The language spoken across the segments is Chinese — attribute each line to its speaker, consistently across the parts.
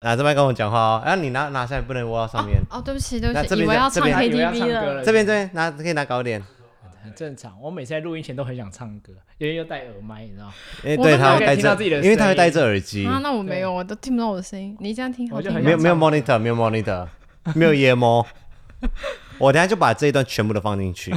Speaker 1: 拿这边跟我讲话哦，然、后你拿拿下来不能窝到上面，
Speaker 2: 哦，对不起，对
Speaker 1: 那
Speaker 2: 不
Speaker 1: 这
Speaker 2: 起，以
Speaker 1: 边
Speaker 2: 为
Speaker 1: 这
Speaker 2: 要
Speaker 1: 这
Speaker 2: 唱
Speaker 1: 边
Speaker 3: 以为要
Speaker 2: KTV
Speaker 3: 唱歌
Speaker 2: 了。
Speaker 3: 了，
Speaker 1: 这边这边拿可以拿高一点，
Speaker 3: 很正常。我每次在录音前都很想唱歌，因为又戴耳麦，你知道吗？
Speaker 1: 因为
Speaker 2: 我
Speaker 1: 对
Speaker 2: 都没
Speaker 1: 他
Speaker 2: 有
Speaker 1: 会
Speaker 3: 可
Speaker 1: 戴
Speaker 3: 以听到
Speaker 1: 这，
Speaker 3: 自己的
Speaker 1: 因为他
Speaker 3: 声
Speaker 1: 会
Speaker 3: 音
Speaker 1: 戴这耳机，
Speaker 2: 啊，那我没
Speaker 3: 对
Speaker 2: 有，我都听不到我的声音。你这样听好
Speaker 3: 我就
Speaker 2: 听哦
Speaker 3: 很
Speaker 1: 没有
Speaker 2: 吗？
Speaker 1: 没有
Speaker 3: 想
Speaker 1: monitor，
Speaker 3: 唱
Speaker 1: 没有 monitor，没有夜 猫。我等下就把这一段全部都放进去。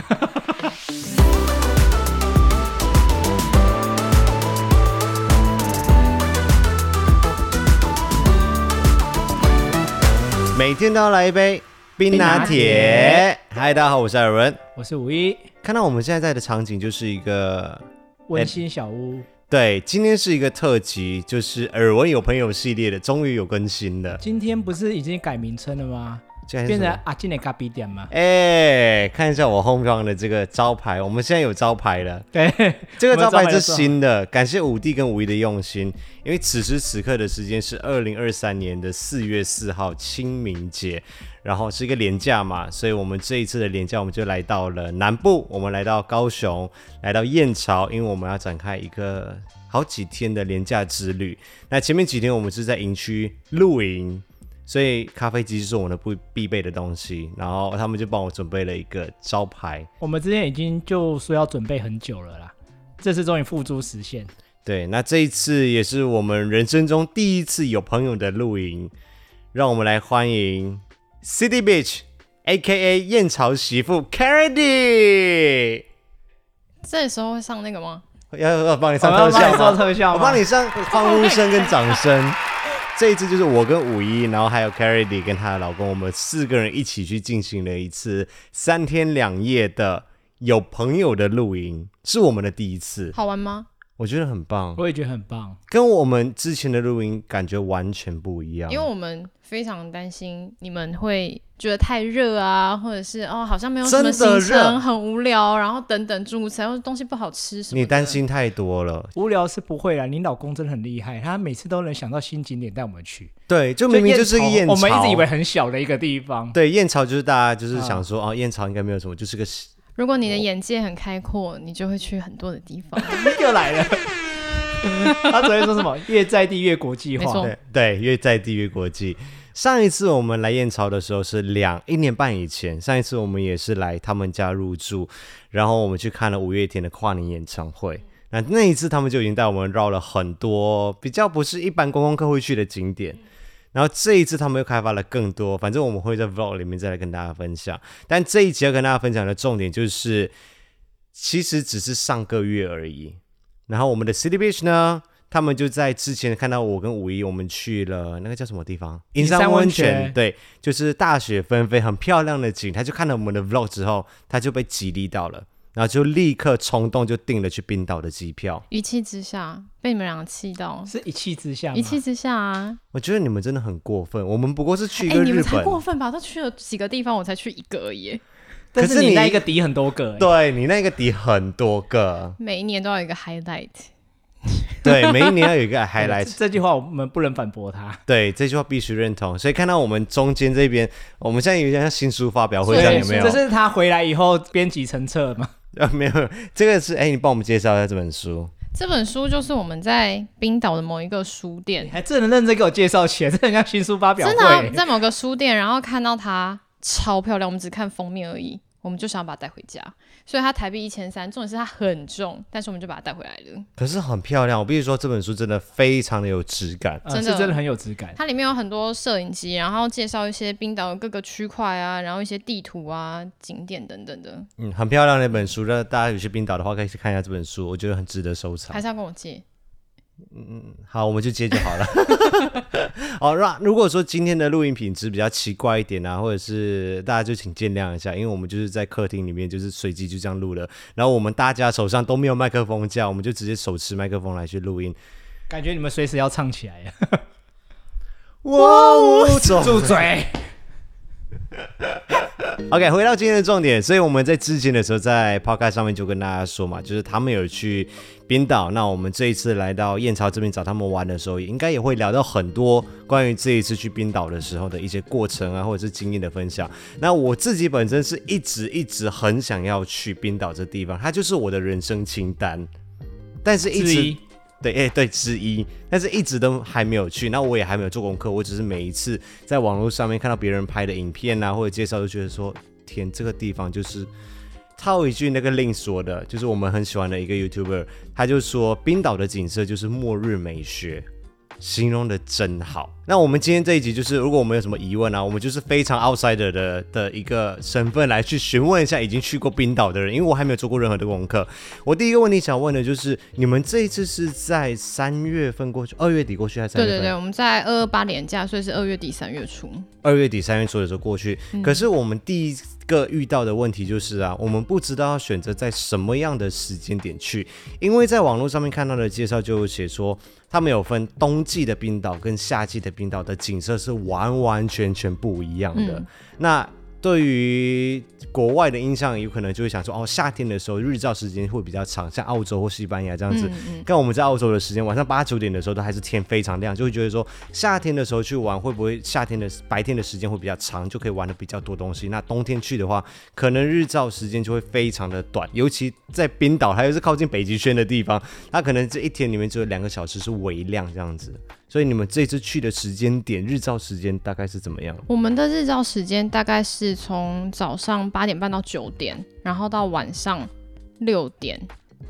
Speaker 1: 每天都要来一杯冰拿铁。嗨，大家好，我是艾伦。
Speaker 3: 我是五一，
Speaker 1: 看到我们现在在的场景就是一个
Speaker 3: 温馨小屋。
Speaker 1: 对，今天是一个特辑，就是耳闻有朋友系列的，终于有更新了。
Speaker 3: 今天不是已经改名称了吗？
Speaker 1: 这哎还是
Speaker 3: 变
Speaker 1: 什
Speaker 3: 成
Speaker 1: 么
Speaker 3: 阿进的咖啡 店吗？
Speaker 1: 哎、看一下我 Home Run 的这个招牌，我们现在有招牌了。
Speaker 3: 对，
Speaker 1: 这个招
Speaker 3: 我
Speaker 1: 牌
Speaker 3: 们
Speaker 1: 是
Speaker 3: 的招牌
Speaker 1: 新的，感谢五弟跟五一的用心。因为此时此刻的时间是二零二三年的四月四号清明节，然后是一个连假嘛，所以我们这一次的连假我们就来到了南部，我们来到高雄，来到燕巢，因为我们要展开一个好几天的廉价之旅。那前面几天我们是在营区露营，所以咖啡机是我们的不必备的东西。然后他们就帮我准备了一个招牌，
Speaker 3: 我们之前已经就说要准备很久了啦，这次终于付诸实现。
Speaker 1: 对，那这一次也是我们人生中第一次有朋友的露营，让我们来欢迎 City Beach。A.K.A. 燕巢媳妇 Carity，
Speaker 2: 这时候会上那个吗？
Speaker 1: 要要帮你上
Speaker 3: 我要
Speaker 1: 特
Speaker 3: 帮
Speaker 1: 效
Speaker 3: 你
Speaker 1: 吗？
Speaker 3: 上特效吗
Speaker 1: 我帮你上欢呼声跟掌声。这一次就是我跟五一，然后还有 Carity 跟她的老公，我们四个人一起去进行了一次三天两夜的有朋友的露营，是我们的第一次，
Speaker 2: 好玩吗？
Speaker 1: 我觉得很棒。
Speaker 3: 我也觉得很棒。
Speaker 1: 跟我们之前的录音感觉完全不一样。
Speaker 2: 因为我们非常担心你们会觉得太热啊，或者是哦好像没有什
Speaker 1: 真的
Speaker 2: 么行
Speaker 1: 热
Speaker 2: 程，很无聊，然后等等诸如此类，或者东西不好吃什么的。
Speaker 1: 你担心太多了，
Speaker 3: 无聊是不会啦，你老公真的很厉害，他每次都能想到新景点带我们去。
Speaker 1: 对，就明明就是一个
Speaker 3: 燕
Speaker 1: 燕
Speaker 3: 巢
Speaker 1: 巢，
Speaker 3: 我们一直以为啊很小的一个地方。
Speaker 1: 对燕巢就是大家就是想说、哦，燕巢应该没有什么，就是个
Speaker 2: 如果你的眼界很开阔，你就会去很多的地 方。
Speaker 3: 又来了。 他昨天说什么？越在地越国际
Speaker 2: 没
Speaker 3: 化
Speaker 2: 错。
Speaker 1: 对对越在地越国际。上一次我们来燕巢的时候是两一年半以前，上一次我们也是来他们家入住，然后我们去看了五月天的跨年演唱会。那那一次他们就已经带我们绕了很多比较不是一般观光客会去的景点。然后这一次他们又开发了更多，反正我们会在 vlog 里面再来跟大家分享。但这一集要跟大家分享的重点就是，其实只是上个月而已。然后我们的 City Beach 呢，他们就在之前看到我跟五一，我们去了那个叫什么地方？银
Speaker 3: 山
Speaker 1: 山
Speaker 3: 温
Speaker 1: 温
Speaker 3: 泉
Speaker 1: 泉。对，就是大雪纷飞，很漂亮的景。他就看了我们的 vlog 之后，他就被激励到了，然后就立刻冲动就订了去冰岛的机票。
Speaker 2: 一气之下被你们两个气到，
Speaker 3: 是一气之下吗
Speaker 2: 一气之下啊！
Speaker 1: 我觉得你们真的很过分，我们不过是去一
Speaker 2: 哎、
Speaker 1: 个
Speaker 2: 你
Speaker 1: 日
Speaker 2: 们才
Speaker 1: 本，
Speaker 2: 过分吧？都去了几个地方，我才去一个而已。
Speaker 3: 但
Speaker 1: 可
Speaker 3: 是
Speaker 1: 是
Speaker 3: 你
Speaker 1: 你
Speaker 3: 那一个底很多个、欸，
Speaker 1: 对啊你那个底很多个，
Speaker 2: 每一年都要有一个 highlight。
Speaker 1: 对，每一年要有一 个
Speaker 2: 哎
Speaker 3: 对
Speaker 1: highlight，
Speaker 3: 这这句话我们不能反驳他。
Speaker 1: 对这句话必须认同。所以看到我们中间这边，我们现在有点像新书发表 会这样，
Speaker 3: 对
Speaker 1: 有没有
Speaker 3: 这？是他回来以后编辑成册嘛？
Speaker 1: 呃，没有，这个是哎，你帮我们介绍一下这本书。
Speaker 2: 这本书就是我们在冰岛的某一个书店
Speaker 3: 你，还真的认真给我介绍起来，这很像新书发表会、
Speaker 2: 真的啊、在某个书店，然后看到它超漂亮，我们只看封面而已，我们就想要把它带回家。所以它台币一千三，重点是它很重，但是我们就把它带回来了。
Speaker 1: 可是很漂亮，我必须说这本书真的非常的有质感。
Speaker 3: 呃
Speaker 2: 真的
Speaker 3: 是真的很有质感。
Speaker 2: 它里面有很多摄影机，然后介绍一些冰岛的各个区块啊，然后一些地图啊、景点等等的，
Speaker 1: 嗯，很漂亮的一本书。那大家有去冰岛的话，可以去看一下这本书，我觉得很值得收藏
Speaker 2: 还。是要跟我借。
Speaker 1: 好，我们就接就好了。 好，那如果说今天的录音品质比较奇怪一点啊，或者是大家就请见谅一下，因为我们就是在客厅里面，就是随机就这样录了。然后我们大家手上都没有麦克风架，我们就直接手持麦克风来去录音。
Speaker 3: 感觉你们随时要唱起来了。啊
Speaker 1: 哇，吴总
Speaker 3: 住嘴！
Speaker 1: OK，回到今天的重点，所以我们在之前的时候，在 Podcast 上面就跟大家说嘛，就是他们有去冰岛，那我们这一次来到燕巢这边找他们玩的时候，应该也会聊到很多关于这一次去冰岛的时候的一些过程啊，或者是经验的分享。那我自己本身是一直一直很想要去冰岛这地方，它就是我的人生清单，但是一
Speaker 3: 之
Speaker 1: 直
Speaker 3: 一
Speaker 1: 对，哎、对之一，但是一直都还没有去，那我也还没有做功课，我只是每一次在网络上面看到别人拍的影片啊或者介绍，就觉得说，天，这个地方就是。套一句那个令说的，就是我们很喜欢的一个 YouTuber，他就说冰岛的景色就是末日美学，形容的真好。那我们今天这一集就是，如果我们有什么疑问啊，我们就是非常 outsider 的的一个身份来去询问一下已经去过冰岛的人，因为我还没有做过任何的功课。我第一个问题想问的就是，你们这一次是在三月份过去，二月底过去还是三
Speaker 2: 对
Speaker 1: 月份？
Speaker 2: 对对，我们在二二八年假，所以是二月底三月初。
Speaker 1: 二月底三月初的时候过去。可是我们第一个遇到的问题就是啊，我们不知道要选择在什么样的时间点去，因为在网络上面看到的介绍就有写说，他们有分冬季的冰岛跟夏季的冰岛的景色是完完全全不一样的。那对于国外的印象，有可能就会想说，哦，夏天的时候日照时间会比较长，像澳洲或西班牙这样子。跟我们在澳洲的时间，晚上八九点的时候都还是天非常亮，就会觉得说，夏天的时候去玩会不会夏天的白天的时间会比较长，就可以玩的比较多东西。那冬天去的话，可能日照时间就会非常的短，尤其在冰岛，还有是靠近北极圈的地方，它可能这一天里面只有两个小时是微亮这样子。所以你们这次去的时间点，日照时间大概是怎么样？
Speaker 2: 我们的日照时间大概是从早上八点半到九点，然后到晚上六点，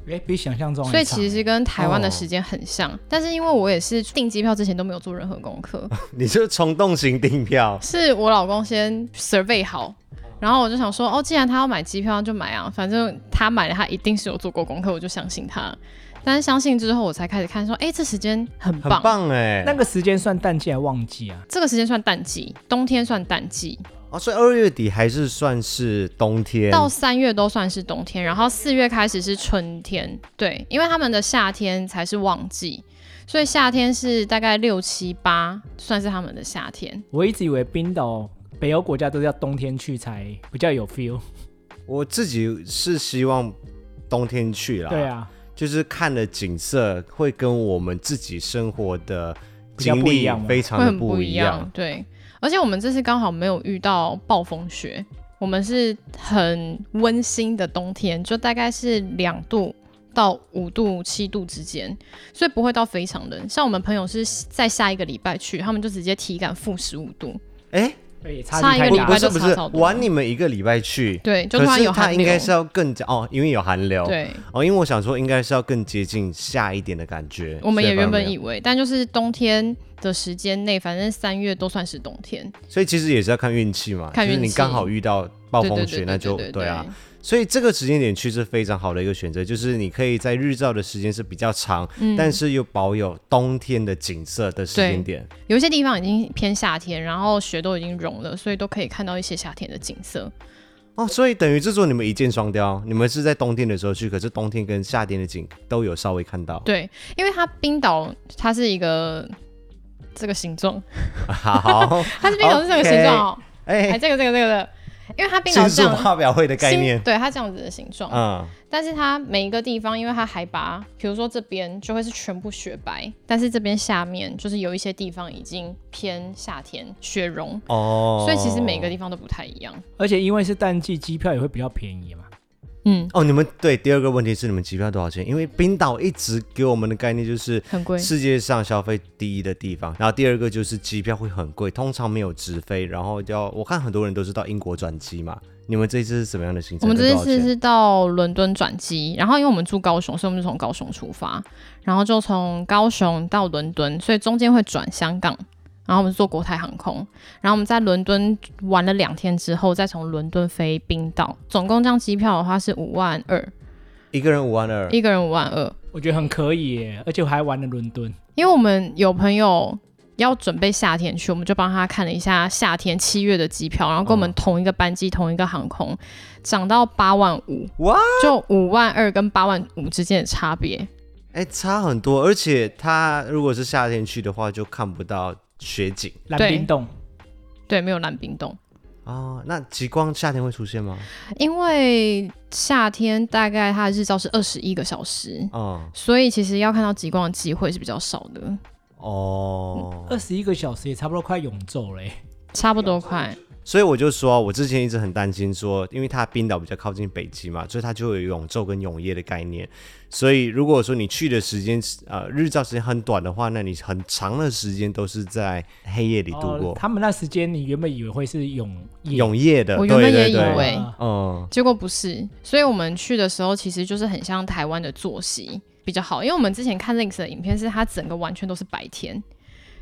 Speaker 3: 哎，比想象中还
Speaker 2: 所以
Speaker 3: 长
Speaker 2: 其实跟台湾的
Speaker 1: 哦
Speaker 2: 时间很像。但是因为我也是订机票之前都没有做任何功 课，
Speaker 1: 你就是冲动型订票，
Speaker 2: 是我老公先 survey 好，然后我就想说，哦，既然他要买机票那就买啊，反正他买了，他一定是有做过功课，我就相信他。但是相信之后，我才开始看说，哎、这时间很
Speaker 1: 很
Speaker 2: 棒，
Speaker 1: 棒哎、
Speaker 3: 那个时间算淡季还旺季啊？
Speaker 2: 这个时间算淡季，冬天算淡季，
Speaker 1: 哦，所以二月底还是算是冬天，
Speaker 2: 到三月都算是冬天，然后四月开始是春天，对，因为他们的夏天才是旺季，所以夏天是大概六七八算是他们的夏天。
Speaker 3: 我一直以为冰岛北欧国家都是要冬天去才比较有 feel。
Speaker 1: 我自己是希望冬天去啦，
Speaker 3: 对，啊，
Speaker 1: 就是看的景色会跟我们自己生活的
Speaker 3: 比较
Speaker 1: 经
Speaker 3: 不一
Speaker 1: 历
Speaker 3: 样吗
Speaker 1: 非常
Speaker 2: 会
Speaker 1: 的
Speaker 2: 很不
Speaker 1: 一
Speaker 2: 一样。。对，而且我们这次刚好没有遇到暴风雪，我们是很温馨的冬天，就大概是两度。到五度七度之间，所以不会到非常冷。像我们朋友是在下一个礼拜去，他们就直接体感负十五度，
Speaker 1: 哎，
Speaker 3: 对，差
Speaker 2: 差
Speaker 3: 距
Speaker 2: 一个
Speaker 1: 不
Speaker 2: 礼
Speaker 3: 太大
Speaker 1: 不
Speaker 2: 拜
Speaker 3: 了。
Speaker 1: 是
Speaker 2: 就
Speaker 1: 不
Speaker 2: 差
Speaker 1: 是
Speaker 2: 超，多
Speaker 1: 晚你们一个礼拜去，
Speaker 2: 对，就突
Speaker 1: 可
Speaker 2: 然
Speaker 1: 是
Speaker 2: 有
Speaker 1: 它
Speaker 2: 寒
Speaker 1: 应
Speaker 2: 流。
Speaker 1: 该是要更加哦，因为有寒流，
Speaker 2: 对，
Speaker 1: 哦，因为我想说应该是要更接近下一点的感觉。
Speaker 2: 我们
Speaker 1: 所以
Speaker 2: 也原
Speaker 1: 反而
Speaker 2: 本
Speaker 1: 没有
Speaker 2: 以为，但就是冬天的时间内，反正三月都算是冬天。
Speaker 1: 所以其实也是要看运气嘛，
Speaker 2: 看
Speaker 1: 就是
Speaker 2: 运
Speaker 1: 你
Speaker 2: 气
Speaker 1: 刚好遇到暴
Speaker 2: 对对
Speaker 1: 风
Speaker 2: 对
Speaker 1: 雪，
Speaker 2: 对
Speaker 1: 那就
Speaker 2: 对对
Speaker 1: 对啊。，所以这个时间点去是非常好的一个选择，就是你可以在日照的时间是比较长，
Speaker 2: 嗯
Speaker 1: 但是又保有冬天的景色的时间点。
Speaker 2: 有一些地方已经偏夏天，然后雪都已经融了，所以都可以看到一些夏天的景色。
Speaker 1: 哦，所以等于这座你们一箭双雕，你们是在冬天的时候去，可是冬天跟夏天的景都有稍微看 到。
Speaker 2: 对，因为它冰岛它是一个这个形状，
Speaker 1: 好，
Speaker 2: 它是冰岛是这个形状哦，
Speaker 1: 哎、
Speaker 2: 哎，这个这个这个的，因为它冰岛
Speaker 1: 新
Speaker 2: 是这
Speaker 1: 书
Speaker 2: 样。
Speaker 1: 发表会的概
Speaker 2: 新
Speaker 1: 念，
Speaker 2: 对它这样子的形状，
Speaker 1: 嗯，
Speaker 2: 但是它每一个地方，因为它海拔，比如说这边就会是全部雪白，但是这边下面就是有一些地方已经偏夏天雪融，
Speaker 1: 哦，
Speaker 2: 所以其实每个地方都不太一样。
Speaker 3: 而且因为是淡季，机票也会比较便宜嘛。
Speaker 2: 嗯，
Speaker 1: 哦，你们对第二个问题是你们机票多少钱？因为冰岛一直给我们的概念就是
Speaker 2: 很贵。
Speaker 1: 世界上消费第一的地方，然后第二个就是机票会很贵，通常没有直飞，然后要我看很多人都是到英国转机嘛。你们这一次是什么样的行
Speaker 2: 我
Speaker 1: 程？
Speaker 2: 们这
Speaker 1: 跟多少
Speaker 2: 次
Speaker 1: 钱
Speaker 2: 是到伦敦转机，然后因为我们住高雄，所以我们就从高雄出发，然后就从高雄到伦敦，所以中间会转香港，然后我们是坐国泰航空，然后我们在伦敦玩了两天之后，再从伦敦飞冰岛，总共这样机票的话是五万二，
Speaker 1: 一个人五万二，
Speaker 2: 一个人五万二，
Speaker 3: 我觉得很可以耶，而且我还玩了伦敦。
Speaker 2: 因为我们有朋友要准备夏天去，我们就帮他看了一下夏天七月的机票，然后跟我们同一个班机、同一个航空，涨到八万五，
Speaker 1: 哇，
Speaker 2: 就五万二跟八万五之间的差别。
Speaker 1: 哎、差很多。而且它如果是夏天去的话，就看不到雪景
Speaker 3: 蓝
Speaker 2: 对
Speaker 3: 冰洞
Speaker 2: 对，没有蓝冰冻，
Speaker 1: 哦。那极光夏天会出现吗？
Speaker 2: 因为夏天大概它的日照是二十一个小时，
Speaker 1: 哦
Speaker 2: 所以其实要看到极光的机会是比较少的，
Speaker 1: 哦，
Speaker 3: 二十一个小时也差不多快永昼嘞。
Speaker 2: 差不多快。
Speaker 1: 所以我就说啊，我之前一直很担心说，因为它冰岛比较靠近北极嘛，所以它就会有永昼跟永夜的概念。所以如果说你去的时间是呃日照时间很短的话，那你很长的时间都是在黑夜里度过、
Speaker 3: 哦他们那时间你原本以为会是永夜
Speaker 1: 永夜的。
Speaker 2: 我
Speaker 1: 对
Speaker 2: 原
Speaker 1: 对对，
Speaker 2: 本也欸以为
Speaker 3: 啊
Speaker 1: 嗯，
Speaker 2: 结果不是，所以我们去的时候其实就是很像台湾的作息比较好，因为我们之前看 Links 的影片是它整个完全都是白天，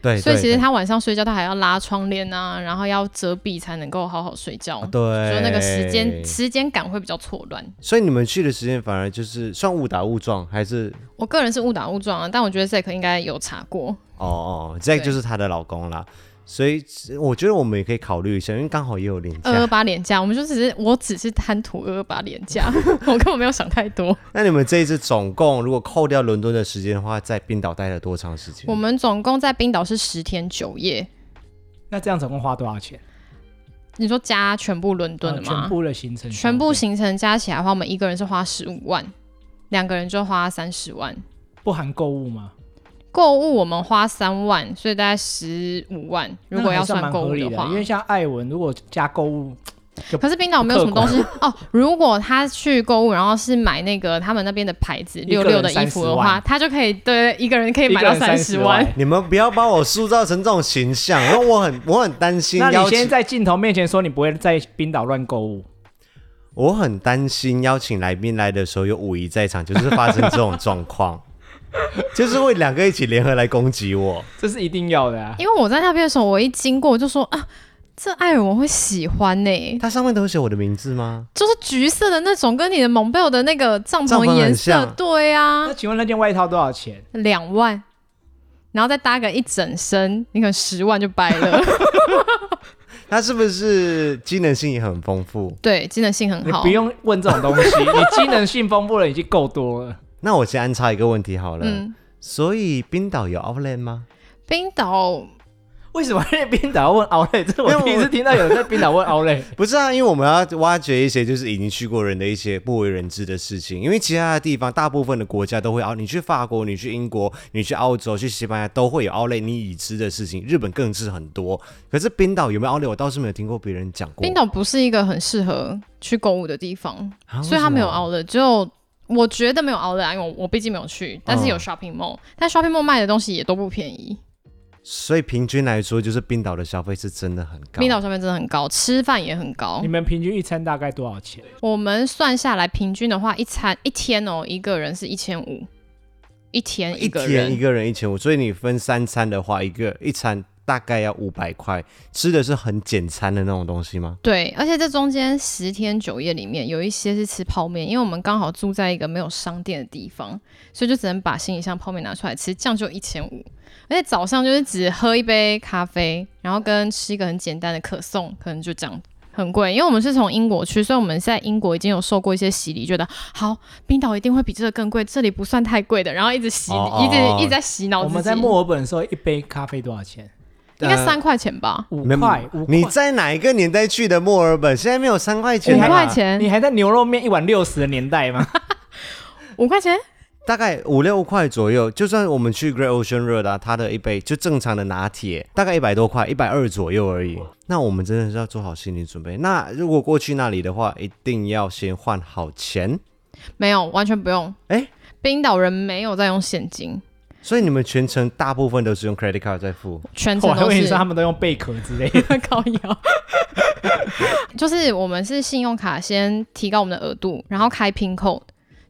Speaker 1: 对，
Speaker 2: 所以
Speaker 1: 哎对
Speaker 2: 其实
Speaker 1: 对
Speaker 2: 他晚上睡觉他还要拉窗帘啊，然后要遮蔽才能够好好睡觉，
Speaker 1: 啊
Speaker 2: 就
Speaker 1: 对，
Speaker 2: 那个时间时间感会比较错乱。
Speaker 1: 所以你们去的时间反而就是算误打误撞，还是
Speaker 2: 我个人是误打误撞啊，但我觉得 Zack 应该有查过，
Speaker 1: 哦哦，Zack
Speaker 2: 对
Speaker 1: 就是她的老公啦。所以我觉得我们也可以考虑一下，因为刚好也有廉价。
Speaker 2: 二二八廉价，我们就只是我只是贪图二二八 廉价，我根本没有想太多。
Speaker 1: 那你们这一次总共如果扣掉伦敦的时间的话，在冰岛待了多长时间？
Speaker 2: 我们总共在冰岛是十天九夜，
Speaker 3: 那这样总共花多少钱？
Speaker 2: 你说加全部伦敦
Speaker 3: 呃
Speaker 2: 的
Speaker 1: 啊
Speaker 2: 吗？
Speaker 3: 全部的行程，
Speaker 2: 全部行程加起来的话，我们一个人是花十五万，两个人就花三十万。
Speaker 3: 不含购物吗？
Speaker 2: 购物我们花三万，所以大概十五万。如果
Speaker 3: 那还
Speaker 2: 要
Speaker 3: 算
Speaker 2: 算
Speaker 3: 蛮
Speaker 2: 购
Speaker 3: 合
Speaker 2: 物
Speaker 3: 理的，啊
Speaker 2: 话
Speaker 3: 因，为像艾文如果加购物，
Speaker 2: 可是冰岛没有什么东西哦。如果他去购物，然后是买那个他们那边的牌子
Speaker 3: 一
Speaker 2: 六
Speaker 3: 个人
Speaker 2: 六的衣服的
Speaker 3: 30
Speaker 2: 话，
Speaker 3: 万
Speaker 2: 他就可以对一个人可以买到
Speaker 3: 三
Speaker 2: 十
Speaker 3: 万。。
Speaker 1: 你们不要把我塑造成这种形象， 因为我很我很担心
Speaker 3: 那
Speaker 1: 邀
Speaker 3: 你先
Speaker 1: 请，
Speaker 3: 在镜头面前说你不会在冰岛乱购物，
Speaker 1: 我很担心邀请来宾来的时候有五一在场，就是发生这种状况， 就是会两个一起联合来攻击我。
Speaker 3: 这是一定要的啊。
Speaker 2: 因为我在那边的时候，我一经过我就说啊，这艾尔我会喜欢呢、
Speaker 1: 它上面都有写我的名字吗？
Speaker 2: 就是橘色的那种，跟你的蒙贝尔的那个帐
Speaker 1: 帐
Speaker 2: 篷
Speaker 1: 篷很
Speaker 2: 颜色
Speaker 1: 像，
Speaker 2: 对啊
Speaker 3: 那，请问那件外套多少钱？
Speaker 2: 两万，然后再搭个一整身，你可能十万就掰了。
Speaker 1: 它是不是机能性也很丰富？
Speaker 2: 对，机能性
Speaker 3: 你
Speaker 2: 很好。
Speaker 3: 不用问这种东西，你机能性丰富了已经够多了。
Speaker 1: 那我先安插一个问题好了。
Speaker 2: 嗯，
Speaker 1: 所以冰岛有 Outlet 吗？
Speaker 2: 冰岛
Speaker 3: 为什么在冰岛问 Outlet？这是我第一次听到有人在冰岛问 Outlet。
Speaker 1: 不是啊，因为我们要挖掘一些就是已经去过人的一些不为人知的事情。因为其他的地方，大部分的国家都会啊，你去法国、你去英国、你去澳洲、去西班牙都会有 Outlet 你已知的事情，日本更是很多。可是冰岛有没有 Outlet，我倒是没有听过别人讲过。
Speaker 2: 冰岛不是一个很适合去购物的地方，
Speaker 1: 啊，
Speaker 2: 所以它没有
Speaker 1: 为什么
Speaker 2: outlet。只有我觉得没有 outlet，啊因为我我毕竟没有去，但是有
Speaker 1: 嗯
Speaker 2: shopping mall，、但 shopping mall 卖的东西也都不便宜。
Speaker 1: 所以平均来说，就是冰岛的消费是真的很高。
Speaker 2: 冰岛消费真的很高，吃饭也很高
Speaker 3: 你。们平均一餐大概多少钱？
Speaker 2: 我们算下来平均的话，一餐一天哦，一个人是一千五，一天
Speaker 1: 一
Speaker 2: 个
Speaker 1: 天
Speaker 2: 人
Speaker 1: 一个人一千五，所以你分三餐的话，一个一餐大概要五百块，吃的是很简餐的那种东西吗？
Speaker 2: 对，而且这中间十天九夜里面，有一些是吃泡面，因为我们刚好住在一个没有商店的地方，所以就只能把行李箱泡面拿出来吃，这样就一千五。而且早上就是只喝一杯咖啡，然后跟吃一个很简单的可颂，可能就这样。很贵，因为我们是从英国去，所以我们在英国已经有受过一些洗礼，觉得好，冰岛一定会比这个更贵，这里不算太贵的，然后一直洗，
Speaker 1: 哦
Speaker 2: 一直
Speaker 1: 哦哦
Speaker 2: 一直在洗脑
Speaker 3: 我
Speaker 2: 自己。
Speaker 3: 们在墨尔本的时候，一杯咖啡多少钱？
Speaker 2: 应该
Speaker 1: 呃
Speaker 2: 三块钱吧，
Speaker 3: 五
Speaker 1: 没有
Speaker 3: 块，五块。
Speaker 1: 你在哪一个年代去的墨尔本？现在没有三块钱、
Speaker 2: 五
Speaker 1: 啊，
Speaker 2: 块，钱，
Speaker 3: 你还在牛肉面一碗六十的年代吗？
Speaker 2: 五块钱，
Speaker 1: 大概五六块左右。就算我们去 Great Ocean Road 啊，它的一杯就正常的拿铁，大概一百多块，一百二左右而已。那我们真的是要做好心理准备。那如果过去那里的话，一定要先换好钱。
Speaker 2: 没有，完全不用。
Speaker 1: 诶
Speaker 2: 冰岛人没有在用现金，
Speaker 1: 所以你们全程大部分都是用 credit card 在付。
Speaker 2: 全
Speaker 3: 我
Speaker 2: 程
Speaker 3: 还
Speaker 2: 都
Speaker 3: 跟你
Speaker 2: 是
Speaker 3: 说他们都用贝壳之类 的。
Speaker 2: 高腰。 就是我们是信用卡先提高我们的额度，然后开 PIN code，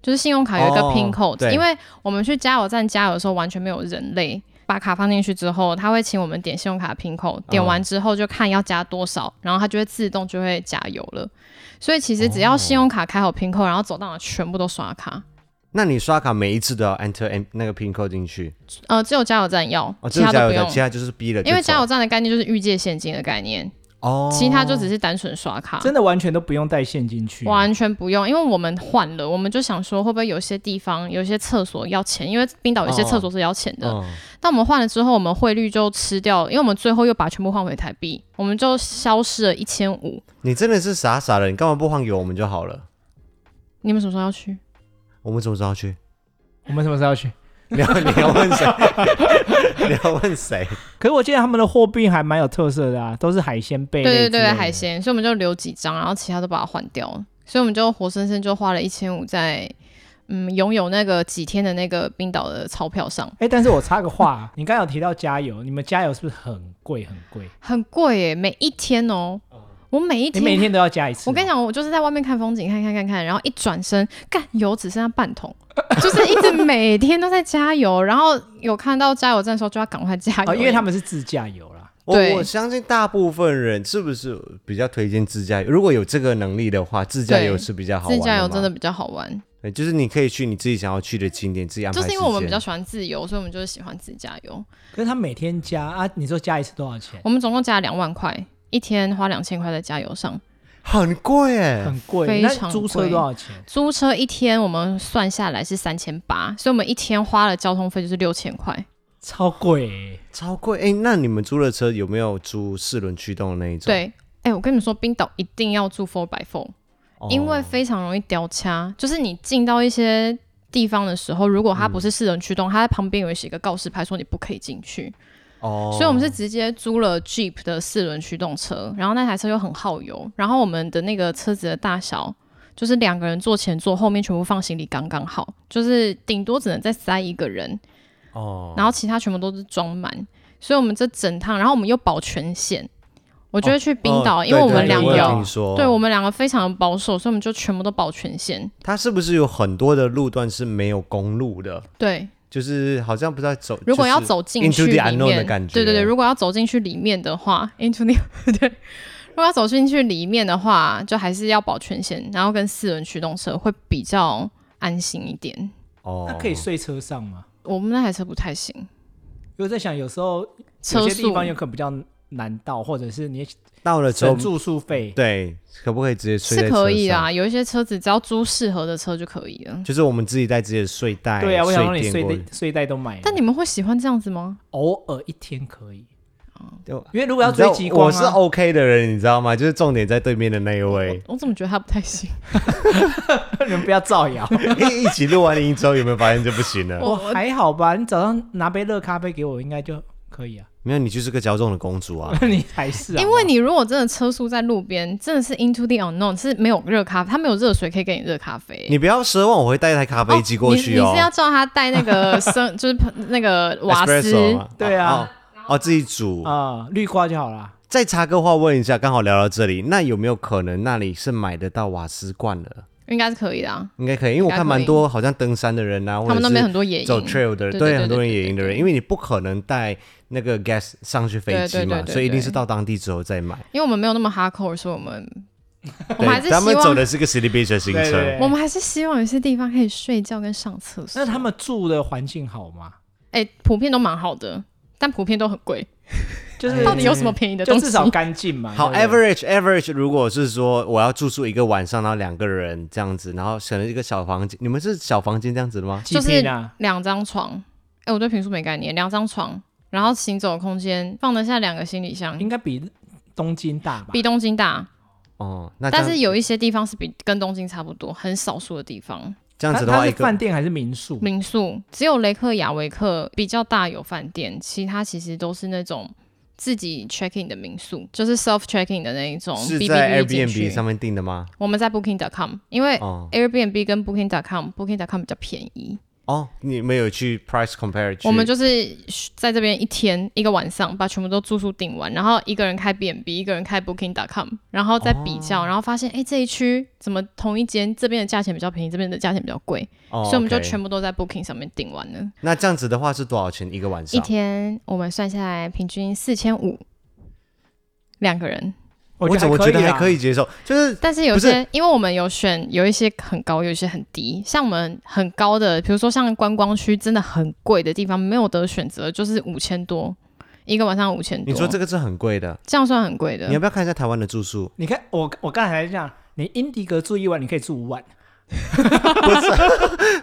Speaker 2: 就是信用卡有一个
Speaker 1: 哦
Speaker 2: PIN code，、
Speaker 1: 对
Speaker 2: 因为我们去加油站加油的时候完全没有人类。把卡放进去之后，他会请我们点信用卡 PIN
Speaker 1: 嗯
Speaker 2: code，点完之后就看要加多少，然后它就会自动就会加油了。所以其实
Speaker 1: 哦
Speaker 2: 只要信用卡开好 PIN code，然后走到哪全部都刷卡。
Speaker 1: 那你刷卡每一次都要 enter M 那个 pin code 进去，
Speaker 2: 呃，只有加油站要，
Speaker 1: 哦，
Speaker 2: 其
Speaker 1: 这个
Speaker 2: 他
Speaker 1: 加
Speaker 2: 都
Speaker 1: 油
Speaker 2: 不用
Speaker 1: 站，。其他就是逼了就走，
Speaker 2: 因为加油站的概念就是预借现金的概念，
Speaker 1: 哦，
Speaker 2: 其他就只是单纯刷卡，
Speaker 3: 真的完全都不用带现金去。
Speaker 2: 完全不用。因为我们换了，我们就想说会不会有些地方有些厕所要钱，因为冰岛有些厕所是要钱的。
Speaker 1: 嗯
Speaker 2: 但我们换了之后，我们汇率就吃掉，因为我们最后又把全部换回台币，我们就消失了一千五。
Speaker 1: 你真的是傻傻的，你干嘛不换给我们就好了？
Speaker 2: 你们什么时候要去？
Speaker 1: 我们怎么知道去？
Speaker 3: 我们什么时候要去？
Speaker 1: 你要你要问谁？你要问谁？
Speaker 3: 可是我记得他们的货币还蛮有特色的啊，都是海鲜贝类之类
Speaker 2: 对对
Speaker 3: 的。
Speaker 2: 对，海鲜，所以我们就留几张，然后其他都把它换掉了，所以我们就活生生就花了一千五在嗯拥有那个几天的那个冰岛的钞票上，
Speaker 3: 哎、但是我插个话啊，你刚刚有提到加油，你们加油是不是很贵很贵？
Speaker 2: 很贵耶，每一天哦，我每一
Speaker 3: 你
Speaker 2: 天
Speaker 3: 每天都要加一次、哦
Speaker 2: 我跟你
Speaker 3: 讲，
Speaker 2: 讲，我就是在外面看风景，看看看看，然后一转身，干油只剩下半桶， 就是一直每天都在加油，然后有看到加油站的时候就要赶快加油，
Speaker 3: 哦，因为他们是自驾游啦。
Speaker 1: 我
Speaker 2: 对
Speaker 1: 我相信大部分人是不是比较推荐自驾游？如果有这个能力的话，自驾游
Speaker 2: 对
Speaker 1: 是比较好玩
Speaker 2: 自
Speaker 1: 嘛
Speaker 2: 驾游真的，比较好玩，
Speaker 1: 对就是你可以去你自己想要去的景点，自己安排
Speaker 2: 就
Speaker 1: 时
Speaker 2: 是
Speaker 1: 间。
Speaker 2: 因为我们比较喜欢自由，所以我们就是喜欢自驾游。
Speaker 3: 可是他每天加啊，你说加一次多少钱？
Speaker 2: 我们总共加了两万块，一天花两千块在加油上，
Speaker 1: 很贵哎，
Speaker 3: 很贵，
Speaker 2: 非
Speaker 3: 那
Speaker 2: 常
Speaker 3: 租车
Speaker 2: 贵
Speaker 3: 多少钱？
Speaker 2: 租车一天我们算下来是三千八，所以我们一天花了交通费就是六千块。
Speaker 3: 超贵欸、
Speaker 1: 超贵哎。那你们租的车有没有租四轮驱动的那一种？
Speaker 2: 对，哎、我跟你们说，冰岛一定要住 four by four。
Speaker 1: 哦，
Speaker 2: 因为非常容易掉卡，就是你进到一些地方的时候，如果它不
Speaker 1: 嗯
Speaker 2: 是四人驱动，它在旁边有一个告示牌说你不可以进去，
Speaker 1: 哦，
Speaker 2: 所以我们是直接租了 Jeep 的四轮驱动车，然后那台车又很耗油，然后我们的那个车子的大小。就是两个人坐前座，后面全部放行李刚刚好，就是顶多只能再塞一个人，
Speaker 1: 哦，
Speaker 2: 然后其他全部都是装满，所以我们这整趟，然后我们又保全险。我觉得去冰岛，
Speaker 1: 哦
Speaker 2: 因为
Speaker 1: 对
Speaker 2: 我们
Speaker 1: 对
Speaker 2: 两
Speaker 1: 我
Speaker 2: 个
Speaker 1: 有
Speaker 3: 有
Speaker 1: 听说，
Speaker 2: 对我们两个非常保守，所以我们就全部都保全险。
Speaker 1: 它是不是有很多的路段是没有公路的？
Speaker 2: 对，
Speaker 1: 就是好像不知道走，
Speaker 2: 如果要
Speaker 1: 就是
Speaker 2: 走进去
Speaker 1: into
Speaker 2: 里
Speaker 1: the unknown
Speaker 2: 面，
Speaker 1: 的感觉
Speaker 2: 对对对，如果要走进去里面的话，into the 对，如果要走进去里面的话，就还是要保全险，然后跟四轮驱动车会比较安心一点。
Speaker 1: 哦，
Speaker 3: 那可以睡车上吗？
Speaker 2: 我们那台车不太行，
Speaker 3: 因为我在想，有时候
Speaker 2: 车
Speaker 3: 有些地
Speaker 2: 速
Speaker 3: 方有可能比较难到，或者是你
Speaker 1: 到了之后
Speaker 3: 省，住宿费。
Speaker 1: 对，可不可以直接睡在
Speaker 2: 是可以
Speaker 1: 车
Speaker 2: 啊
Speaker 1: 上
Speaker 2: 啦，有一些车子只要租适合的车就可以了。
Speaker 1: 就是我们自己带自己的睡袋，
Speaker 3: 对啊，我想让你
Speaker 1: 哎睡
Speaker 3: 睡
Speaker 1: 垫过
Speaker 3: 袋睡袋都买了，
Speaker 2: 但你们会喜欢这样子吗？
Speaker 3: 偶尔一天可以，
Speaker 1: 就
Speaker 3: 因为如果要
Speaker 1: 你知道
Speaker 3: 追极光
Speaker 1: 我是哦
Speaker 3: 啊，
Speaker 1: OK 的人，你知道吗？就是重点在对面的那一 位，
Speaker 2: 我怎么觉得他不太行？
Speaker 3: 你们不要造 谣。
Speaker 1: 一一起录完音之后，有没有发现就不行了？
Speaker 2: 我
Speaker 3: 我还好吧，你早上拿杯热咖啡给我，应该就可以啊。
Speaker 1: 没有，你就是个骄纵的公主啊！
Speaker 3: 你还是啊，
Speaker 2: 因为你如果真的车速在路边，真的是 into the unknown，是没有热咖啡，他没有热水可以给你热咖啡。
Speaker 1: 你不要奢望我会带一台咖啡机过去
Speaker 2: 哦你。
Speaker 1: 哦
Speaker 2: 你是要叫他带 那个生，就是那个瓦斯
Speaker 1: Espresso 吗
Speaker 3: 对啊
Speaker 1: 哦，哦自己煮。
Speaker 3: 啊、绿瓜就好啦。
Speaker 1: 再插个话问一下，刚好聊到这里，那有没有可能那里是买得到瓦斯罐的？
Speaker 2: 应该是可以的、啊。
Speaker 1: 应该可以，因为我看蛮多好像登山的人啊，或
Speaker 2: 他们那
Speaker 1: 者
Speaker 2: 边
Speaker 1: 是
Speaker 2: 很多野营，
Speaker 1: 走 trail 的人，
Speaker 2: 对对对
Speaker 1: 很多人
Speaker 2: 对对
Speaker 1: 野营的
Speaker 2: 对
Speaker 1: 人，因为你不可能带那个 gas 上去飞
Speaker 2: 对
Speaker 1: 机
Speaker 2: 对
Speaker 1: 嘛，
Speaker 2: 对对
Speaker 1: 所以一定
Speaker 2: 对
Speaker 1: 是到当地之后再买。
Speaker 2: 因为我们没有那么 hardcore，所以我 们我
Speaker 1: 对，
Speaker 2: 们还是
Speaker 1: 他们
Speaker 2: 希望
Speaker 1: 走的是个 city beach 的行
Speaker 3: 对对
Speaker 1: 程，
Speaker 3: 对
Speaker 2: 我们还是希望有些地方可以睡觉跟上厕所。
Speaker 3: 那他们住的环境好吗？
Speaker 2: 哎、普遍都蛮好的，但普遍都很贵。
Speaker 3: 就是
Speaker 2: 哎到底有什么便宜的
Speaker 3: 就
Speaker 2: 东西？
Speaker 3: 至少干净嘛。
Speaker 1: 好
Speaker 3: 对不对
Speaker 1: ，average average，如果是说我要住宿一个晚上，然后两个人这样子，然后选了一个小房间，你们是小房间这样子的吗？
Speaker 3: 几
Speaker 2: 就是
Speaker 3: 平啊？
Speaker 2: 两张床，哎、我对平数没概念，两张床，然后行走空间放得下两个行李箱，
Speaker 3: 应该比东京大吧？
Speaker 2: 比东京大，
Speaker 1: 哦，那这
Speaker 2: 但
Speaker 1: 样
Speaker 2: 是有一些地方是比跟东京差不多，很少数的地方。
Speaker 1: 这样
Speaker 3: 它
Speaker 1: 子的话，
Speaker 3: 它
Speaker 1: 一
Speaker 3: 是
Speaker 1: 个
Speaker 3: 饭店还是民宿？
Speaker 2: 民宿只有雷克雅维克比较大有饭店，其他其实都是那种自己 check in 的民宿，就是 self check in 的那一种。
Speaker 1: 是在
Speaker 2: BBB 进去
Speaker 1: Airbnb 上面订的吗？
Speaker 2: 我们在 Booking.com，因为
Speaker 1: 哦
Speaker 2: Airbnb 跟 Booking.com，Booking.com 比较便宜，
Speaker 1: 哦，你们有去 price compare？去
Speaker 2: 我们就是在这边一天一个晚上把全部都住宿订完，然后一个人开 B n B，一个人开 Booking.com，然后再比
Speaker 1: 哦
Speaker 2: 较，然后发现哎、诶这一区怎么同一间这边的价钱比较便宜，这边的价钱比较贵，
Speaker 1: 哦
Speaker 2: 所以我们就
Speaker 1: OK
Speaker 2: 全部都在 Booking 上面订完了。
Speaker 1: 那这样子的话是多少钱一个晚
Speaker 2: 一
Speaker 1: 上？
Speaker 2: 天我们算下来平均四千五，两个人。
Speaker 1: 我怎么觉得还可
Speaker 3: 以啊
Speaker 1: 以接受？就是
Speaker 2: 但是有
Speaker 1: 不是
Speaker 2: 些，因为我们有选有一些很高，有一些很低。像我们很高的，比如说像观光区，真的很贵的地方，没有得选择，就是五千多一个晚上五千多。
Speaker 1: 你说这个是很贵的，
Speaker 2: 这样算很贵的
Speaker 1: 你要？不要看一下台湾的住宿
Speaker 3: 啦。？你看我我刚才还这样，你英迪格住一晚，你可以住五晚，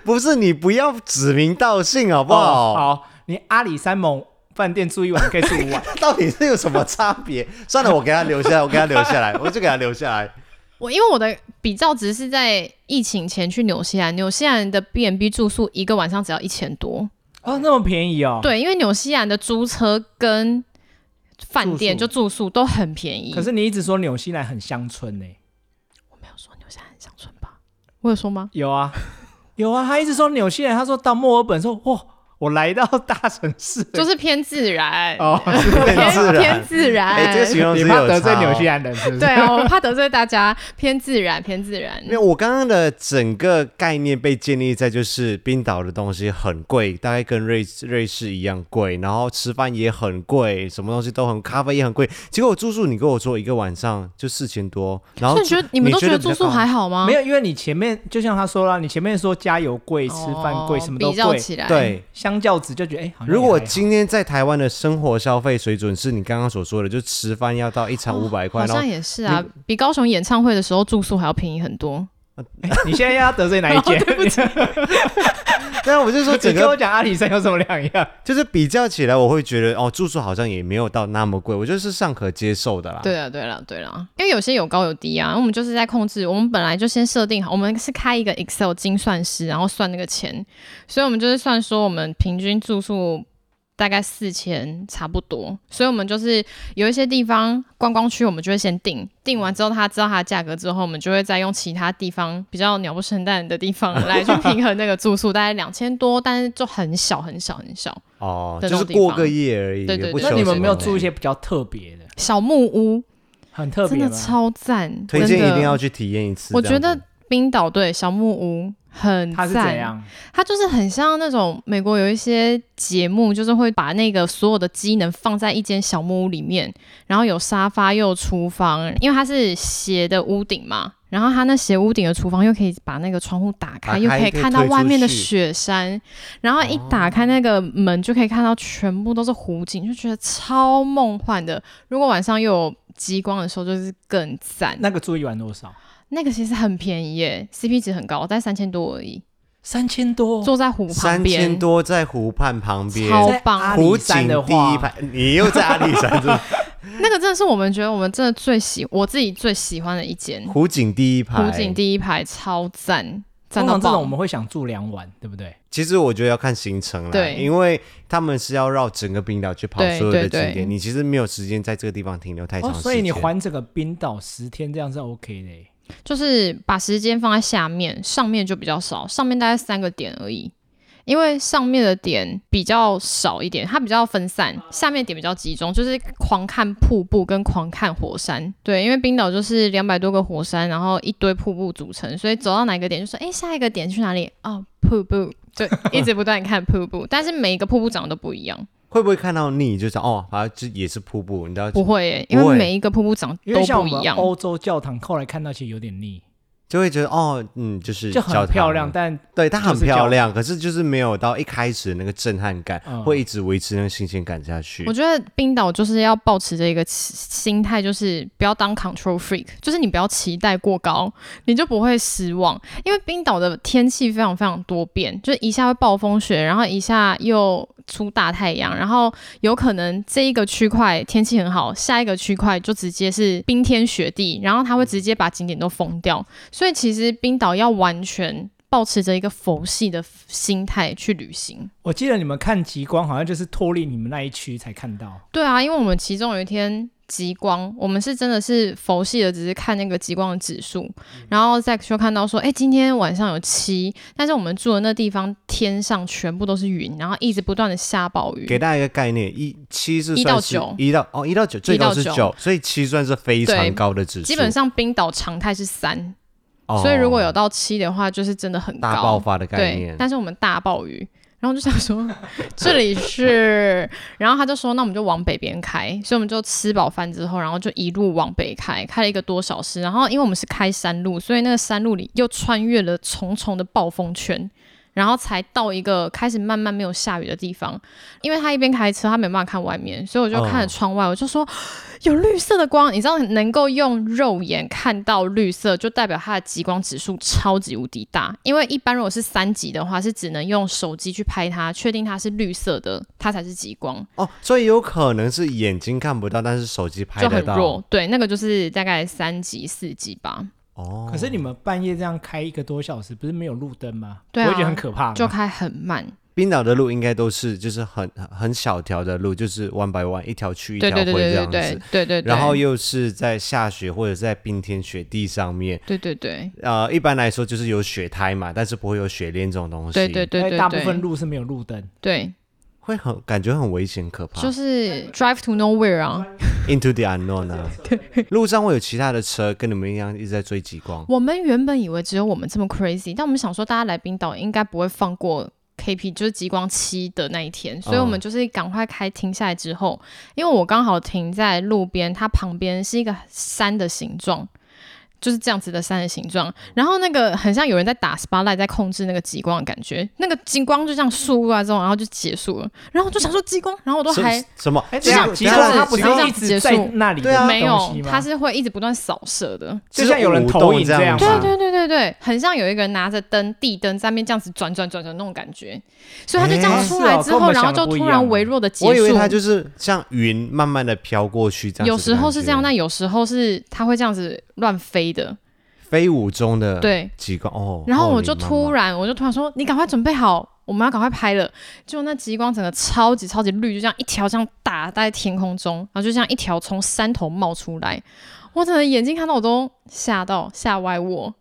Speaker 1: 不是 你不要指名道姓好
Speaker 3: 好
Speaker 1: 不哦好？
Speaker 3: 哦好，你阿里山盟饭店住一晚，你可以住 五晚。
Speaker 1: 到底是有什么差别？算了，我给他留下来，我给他留下来，我就给他留下来。
Speaker 2: 我因为我的比较只是在疫情前去纽西兰，纽西兰的 B&B 住宿一个晚上只要一千多，
Speaker 3: 哦，那么便宜哦。。
Speaker 2: 对，因为纽西兰的租车跟饭店
Speaker 3: 住
Speaker 2: 就
Speaker 3: 宿
Speaker 2: 住宿都很便宜。
Speaker 3: 可是你一直说纽西兰很乡村呢、
Speaker 2: 我没有说纽西兰很乡村吧？我有说吗？
Speaker 3: 有啊，有啊，他一直说纽西兰，他说到墨尔本说，哇，我来到大城市，
Speaker 2: 就是偏自然，
Speaker 3: 哦，
Speaker 1: 很自
Speaker 2: 偏偏
Speaker 1: 然。
Speaker 2: 自然。
Speaker 1: 哎，这个形容
Speaker 3: 你
Speaker 1: 词
Speaker 3: 怕
Speaker 1: 有
Speaker 3: 得罪
Speaker 1: 差
Speaker 3: 纽
Speaker 1: 哦
Speaker 3: 西兰人是不是？
Speaker 2: 对啊，我怕得罪大家，偏自然，偏自然。
Speaker 1: 因为我刚刚的整个概念被建立在就是冰岛的东西很贵，大概跟瑞瑞士一样贵，然后吃饭也很贵，什么东西都很，咖啡也很贵。结果住宿你跟我说一个晚上就四千多，然后
Speaker 2: 所以你觉得你们都
Speaker 1: 你觉
Speaker 2: 觉
Speaker 1: 得
Speaker 2: 得
Speaker 1: 比较
Speaker 2: 住宿还好吗？
Speaker 3: 没有，因为你前面就像他说了，你前面说加油贵、
Speaker 2: 比
Speaker 3: 吃饭贵、什么都
Speaker 2: 哦比较
Speaker 3: 贵，
Speaker 2: 起来，，
Speaker 1: 对。
Speaker 3: 相较值就觉得哎、好像也
Speaker 1: 如果
Speaker 3: 还好
Speaker 1: 今天在台湾的生活消费水准是你刚刚所说的，就吃饭要到一餐五百块，
Speaker 2: 哦好
Speaker 1: 然后
Speaker 2: 像也是啊，比高雄演唱会的时候住宿还要便宜很多。
Speaker 3: 哎 你现在要得罪哪一 间？
Speaker 1: 但我就说整
Speaker 3: 你跟我
Speaker 1: 个
Speaker 3: 讲阿里山有什么两样？
Speaker 1: 就是比较起来，我会觉得哦，住宿好像也没有到那么贵，我觉得是尚可接受的啦。
Speaker 2: 对啊了，对了，对了，因为有些有高有低啊，我们就是在控制。我们本来就先设定好，我们是开一个 Excel 精算师，然后算那个钱，所以我们就是算说我们平均住宿大概四千差不多。所以我们就是有一些地方观光区，我们就会先定，定完之后他知道它的价格之后，我们就会再用其他地方比较鸟不生蛋的地方来去平衡那个住宿，大概两千多，但是就很小很小很小，
Speaker 1: 哦，
Speaker 2: 的
Speaker 1: 就是
Speaker 2: 那种地
Speaker 1: 过
Speaker 2: 方
Speaker 1: 个夜而已，
Speaker 2: 对对
Speaker 1: 也
Speaker 2: 对
Speaker 1: 不
Speaker 2: 那
Speaker 1: 求
Speaker 3: 那你们
Speaker 1: 什
Speaker 3: 没有
Speaker 1: 么
Speaker 3: 住一些比较特别的，
Speaker 2: 小木屋，
Speaker 3: 很特
Speaker 2: 真
Speaker 3: 别
Speaker 2: 的
Speaker 3: 吗？
Speaker 2: 超赞，
Speaker 1: 推
Speaker 2: 真
Speaker 1: 荐
Speaker 2: 的
Speaker 1: 一定要去体验一次。
Speaker 2: 我
Speaker 1: 这样
Speaker 2: 觉
Speaker 1: 子
Speaker 2: 得冰岛对小木屋很
Speaker 3: 它是怎
Speaker 2: 赞，
Speaker 3: 样？
Speaker 2: 它就是很像那种美国有一些节目，就是会把那个所有的机能放在一间小木屋里面，然后有沙发又有厨房，因为它是斜的屋顶嘛。然后它那斜屋顶的厨房又可以把那个窗户打
Speaker 1: 打
Speaker 2: 开，又
Speaker 1: 开
Speaker 2: 可以
Speaker 1: 可以
Speaker 2: 看到
Speaker 1: 推
Speaker 2: 外
Speaker 1: 出
Speaker 2: 面的
Speaker 1: 去
Speaker 2: 雪山，然后一打开那个门就可以看到全部都是湖景，就觉得超梦幻的。如果晚上又有极光的时候，就是更赞。
Speaker 3: 那个住一晚多少？
Speaker 2: 那个其实很便宜耶，CP 值很高，在三千多而已。
Speaker 3: 三千多。
Speaker 2: 坐在湖旁
Speaker 1: 三
Speaker 2: 边，
Speaker 1: 千多在湖畔旁边，
Speaker 2: 超
Speaker 3: 在
Speaker 2: 棒啊
Speaker 3: 阿
Speaker 1: 湖
Speaker 3: 里
Speaker 1: 景
Speaker 3: 山的
Speaker 1: 第一
Speaker 3: 话，
Speaker 1: 排，你又在阿里山 是吧？
Speaker 2: 那个真的是我们觉得我们真的最喜，我自己最喜欢的一间
Speaker 1: 湖景第一排，
Speaker 2: 湖景第一排，超赞，赞
Speaker 3: 通
Speaker 2: 到
Speaker 3: 常这种
Speaker 2: 爆
Speaker 3: 我。们会想住两晚，对不对？
Speaker 1: 其实我觉得要看行程啦，
Speaker 2: 对
Speaker 1: 因为他们是要绕整个冰岛去跑
Speaker 2: 对
Speaker 1: 所有的景
Speaker 2: 对对
Speaker 1: 点，你其实没有时间在这个地方停留太长时
Speaker 3: 哦，
Speaker 1: 间。
Speaker 3: 所以你环整个冰岛十天这样是 OK 的耶。
Speaker 2: 就是把时间放在下面，上面就比较少，上面大概三个点而已。因为上面的点比较少一点，它比较分散，下面点比较集中，就是狂看瀑布跟狂看火山。对，因为冰岛就是两百多个火山，然后一堆瀑布组成，所以走到哪个点就说，哎，下一个点去哪里？哦，瀑布，就一直不断看瀑布，但是每一个瀑布长得都不一 样，
Speaker 1: 会不会看到腻？就想哦，好像这也是瀑布，你知道，
Speaker 2: 不会耶，
Speaker 1: 不会
Speaker 2: 因为每一个瀑布长
Speaker 3: 因
Speaker 2: 得
Speaker 3: 为
Speaker 2: 都
Speaker 3: 像我
Speaker 2: 不
Speaker 3: 们
Speaker 2: 一样。
Speaker 3: 欧洲教堂，后来看到其实有点腻，
Speaker 1: 就会觉得哦，嗯，就是
Speaker 3: 就
Speaker 1: 教
Speaker 3: 很
Speaker 1: 堂
Speaker 3: 漂亮，，但
Speaker 1: 对，它很
Speaker 3: 就是
Speaker 1: 漂
Speaker 3: 教
Speaker 1: 亮，可是就是没有到一开始那个震撼感，
Speaker 3: 嗯
Speaker 1: 会一直维持那个新鲜感下去
Speaker 2: 我。觉得冰岛就是要保持着一个心心态，就是不要当 control freak，就是你不要期待过高，你就不会失望。因为冰岛的天气非常非常多变，就是一下会暴风雪，然后一下又出大太阳，然后有可能这一个区块天气很好，下一个区块就直接是冰天雪地，然后它会直接把景点都封掉。所以其实冰岛要完全保持着一个佛系的心态去旅行。
Speaker 3: 我记得你们看极光好像就是脱离你们那一区才看到。
Speaker 2: 对啊，因为我们其中有一天极光，我们是真的是佛系的，只是看那个极光的指数，
Speaker 1: 嗯
Speaker 2: 然后再就看到说，哎、今天晚上有七，但是我们住的那地方天上全部都是云，然后一直不断的下暴雨。
Speaker 1: 给大家一个概念，一七是
Speaker 2: 一
Speaker 1: 算
Speaker 2: 到
Speaker 1: 是
Speaker 2: 九
Speaker 1: 一到哦一到九最
Speaker 2: 一
Speaker 1: 高
Speaker 2: 到
Speaker 1: 是
Speaker 2: 九
Speaker 1: 九，所以七算是非
Speaker 2: 对
Speaker 1: 常高的指数。
Speaker 2: 基本上冰岛常态是三、
Speaker 1: 哦，
Speaker 2: 所以如果有到七的话，就是真的很高。
Speaker 1: 大爆发的概
Speaker 2: 对
Speaker 1: 念，，
Speaker 2: 但是我们大暴雨，然后就想说 这里是，然后他就说那我们就往北边开，所以我们就吃饱饭之后，然后就一路往北开，开了一个多小时，然后因为我们是开山路，所以那个山路里又穿越了重重的暴风圈。然后才到一个开始慢慢没有下雨的地方，因为他一边开车，他没办法看外面，所以我就看着
Speaker 1: 嗯
Speaker 2: 窗外，我就说有绿色的光，你知道能够用肉眼看到绿色，就代表它的极光指数超级无敌大。因为一般如果是三级的话，是只能用手机去拍它，确定它是绿色的，它才是极光，
Speaker 1: 哦，所以有可能是眼睛看不到，但是手机拍
Speaker 2: 就
Speaker 1: 得
Speaker 2: 很
Speaker 1: 到。
Speaker 2: 弱。对，那个就是大概三级、四级吧，
Speaker 1: 哦，
Speaker 3: 可是你们半夜这样开一个多小时，不是没有路灯吗？
Speaker 2: 对啊
Speaker 3: 我会觉得很可怕吗。
Speaker 2: 就开很慢。
Speaker 1: 冰岛的路应该都是就是很很很小条的路，就是 one by one 一条去一
Speaker 2: 对
Speaker 1: 条
Speaker 2: 对
Speaker 1: 回
Speaker 2: 对
Speaker 1: 这
Speaker 2: 对对
Speaker 1: 样
Speaker 2: 对
Speaker 1: 子。
Speaker 2: 对对，对
Speaker 1: 然后又是在下雪或者在冰天雪地上面，
Speaker 2: 对对对
Speaker 1: 呃，一般来说就是有雪胎嘛，但是不会有雪链这种东西，
Speaker 2: 对对对
Speaker 3: 因为
Speaker 2: 对，
Speaker 3: 哎大部分
Speaker 2: 对
Speaker 3: 路是没有路灯，
Speaker 2: 对，
Speaker 1: 会很感觉很危险可怕。
Speaker 2: 就是 drive to nowhere 啊。
Speaker 1: Into the unknown 啊，路上会有其他的车跟你们一样一直在追极光，
Speaker 2: 我们原本以为只有我们这么 crazy，但我们想说大家来冰岛应该不会放过 KP，就是极光七的那一天，所以我
Speaker 3: 嗯
Speaker 2: 们就是赶快开停下来之后，因为我刚好停在路边，它旁边是一个山的形状。就是这样子的山的形状，然后那个很像有人在打 spotlight，在控制那个极光的感觉，那个极光就这样输过来之后，然后就结束了。然后我就想说极光，然后我都
Speaker 1: 什
Speaker 2: 还
Speaker 1: 什么？
Speaker 3: 哎，
Speaker 1: 只
Speaker 3: 等一
Speaker 1: 有
Speaker 2: 像
Speaker 3: 下极
Speaker 1: 等一
Speaker 3: 光
Speaker 1: 下
Speaker 3: 它不
Speaker 2: 只
Speaker 3: 是
Speaker 2: 有
Speaker 3: 一直在那里的
Speaker 1: 对啊
Speaker 2: 没有
Speaker 3: 东西，吗
Speaker 2: 它是会一直不断扫射的。
Speaker 3: 就像有人投影这样
Speaker 1: 就是
Speaker 2: 对
Speaker 1: 舞
Speaker 3: 嘛
Speaker 1: 动
Speaker 2: 对对对对，很像有一个人拿着灯地灯在面这样子转转转转那种感觉，所以他就这样
Speaker 1: 诶
Speaker 2: 出
Speaker 3: 是
Speaker 2: 来
Speaker 3: 哦
Speaker 2: 之
Speaker 3: 跟
Speaker 2: 后，
Speaker 3: 我们
Speaker 2: 然后
Speaker 3: 想的
Speaker 2: 就
Speaker 3: 不一
Speaker 2: 突然
Speaker 3: 样
Speaker 2: 微弱的结束。
Speaker 1: 我以为它就是像云慢慢的飘过去这样子的感觉，
Speaker 2: 有时候是这样，但有时候是它会这样子乱飞的。
Speaker 1: 飞舞中
Speaker 3: 啊
Speaker 1: 的
Speaker 2: 对
Speaker 1: 极光哦。
Speaker 2: 然后
Speaker 1: 哦
Speaker 2: 我就
Speaker 1: 你妈妈
Speaker 2: 突然，我就突然说：“你赶快准备好，我们要赶快拍了。”就那极光整个超级超级绿，就这样一条这样打在天空中，然后就这样一条从山头冒出来，我整个眼睛看到我都吓到吓歪我。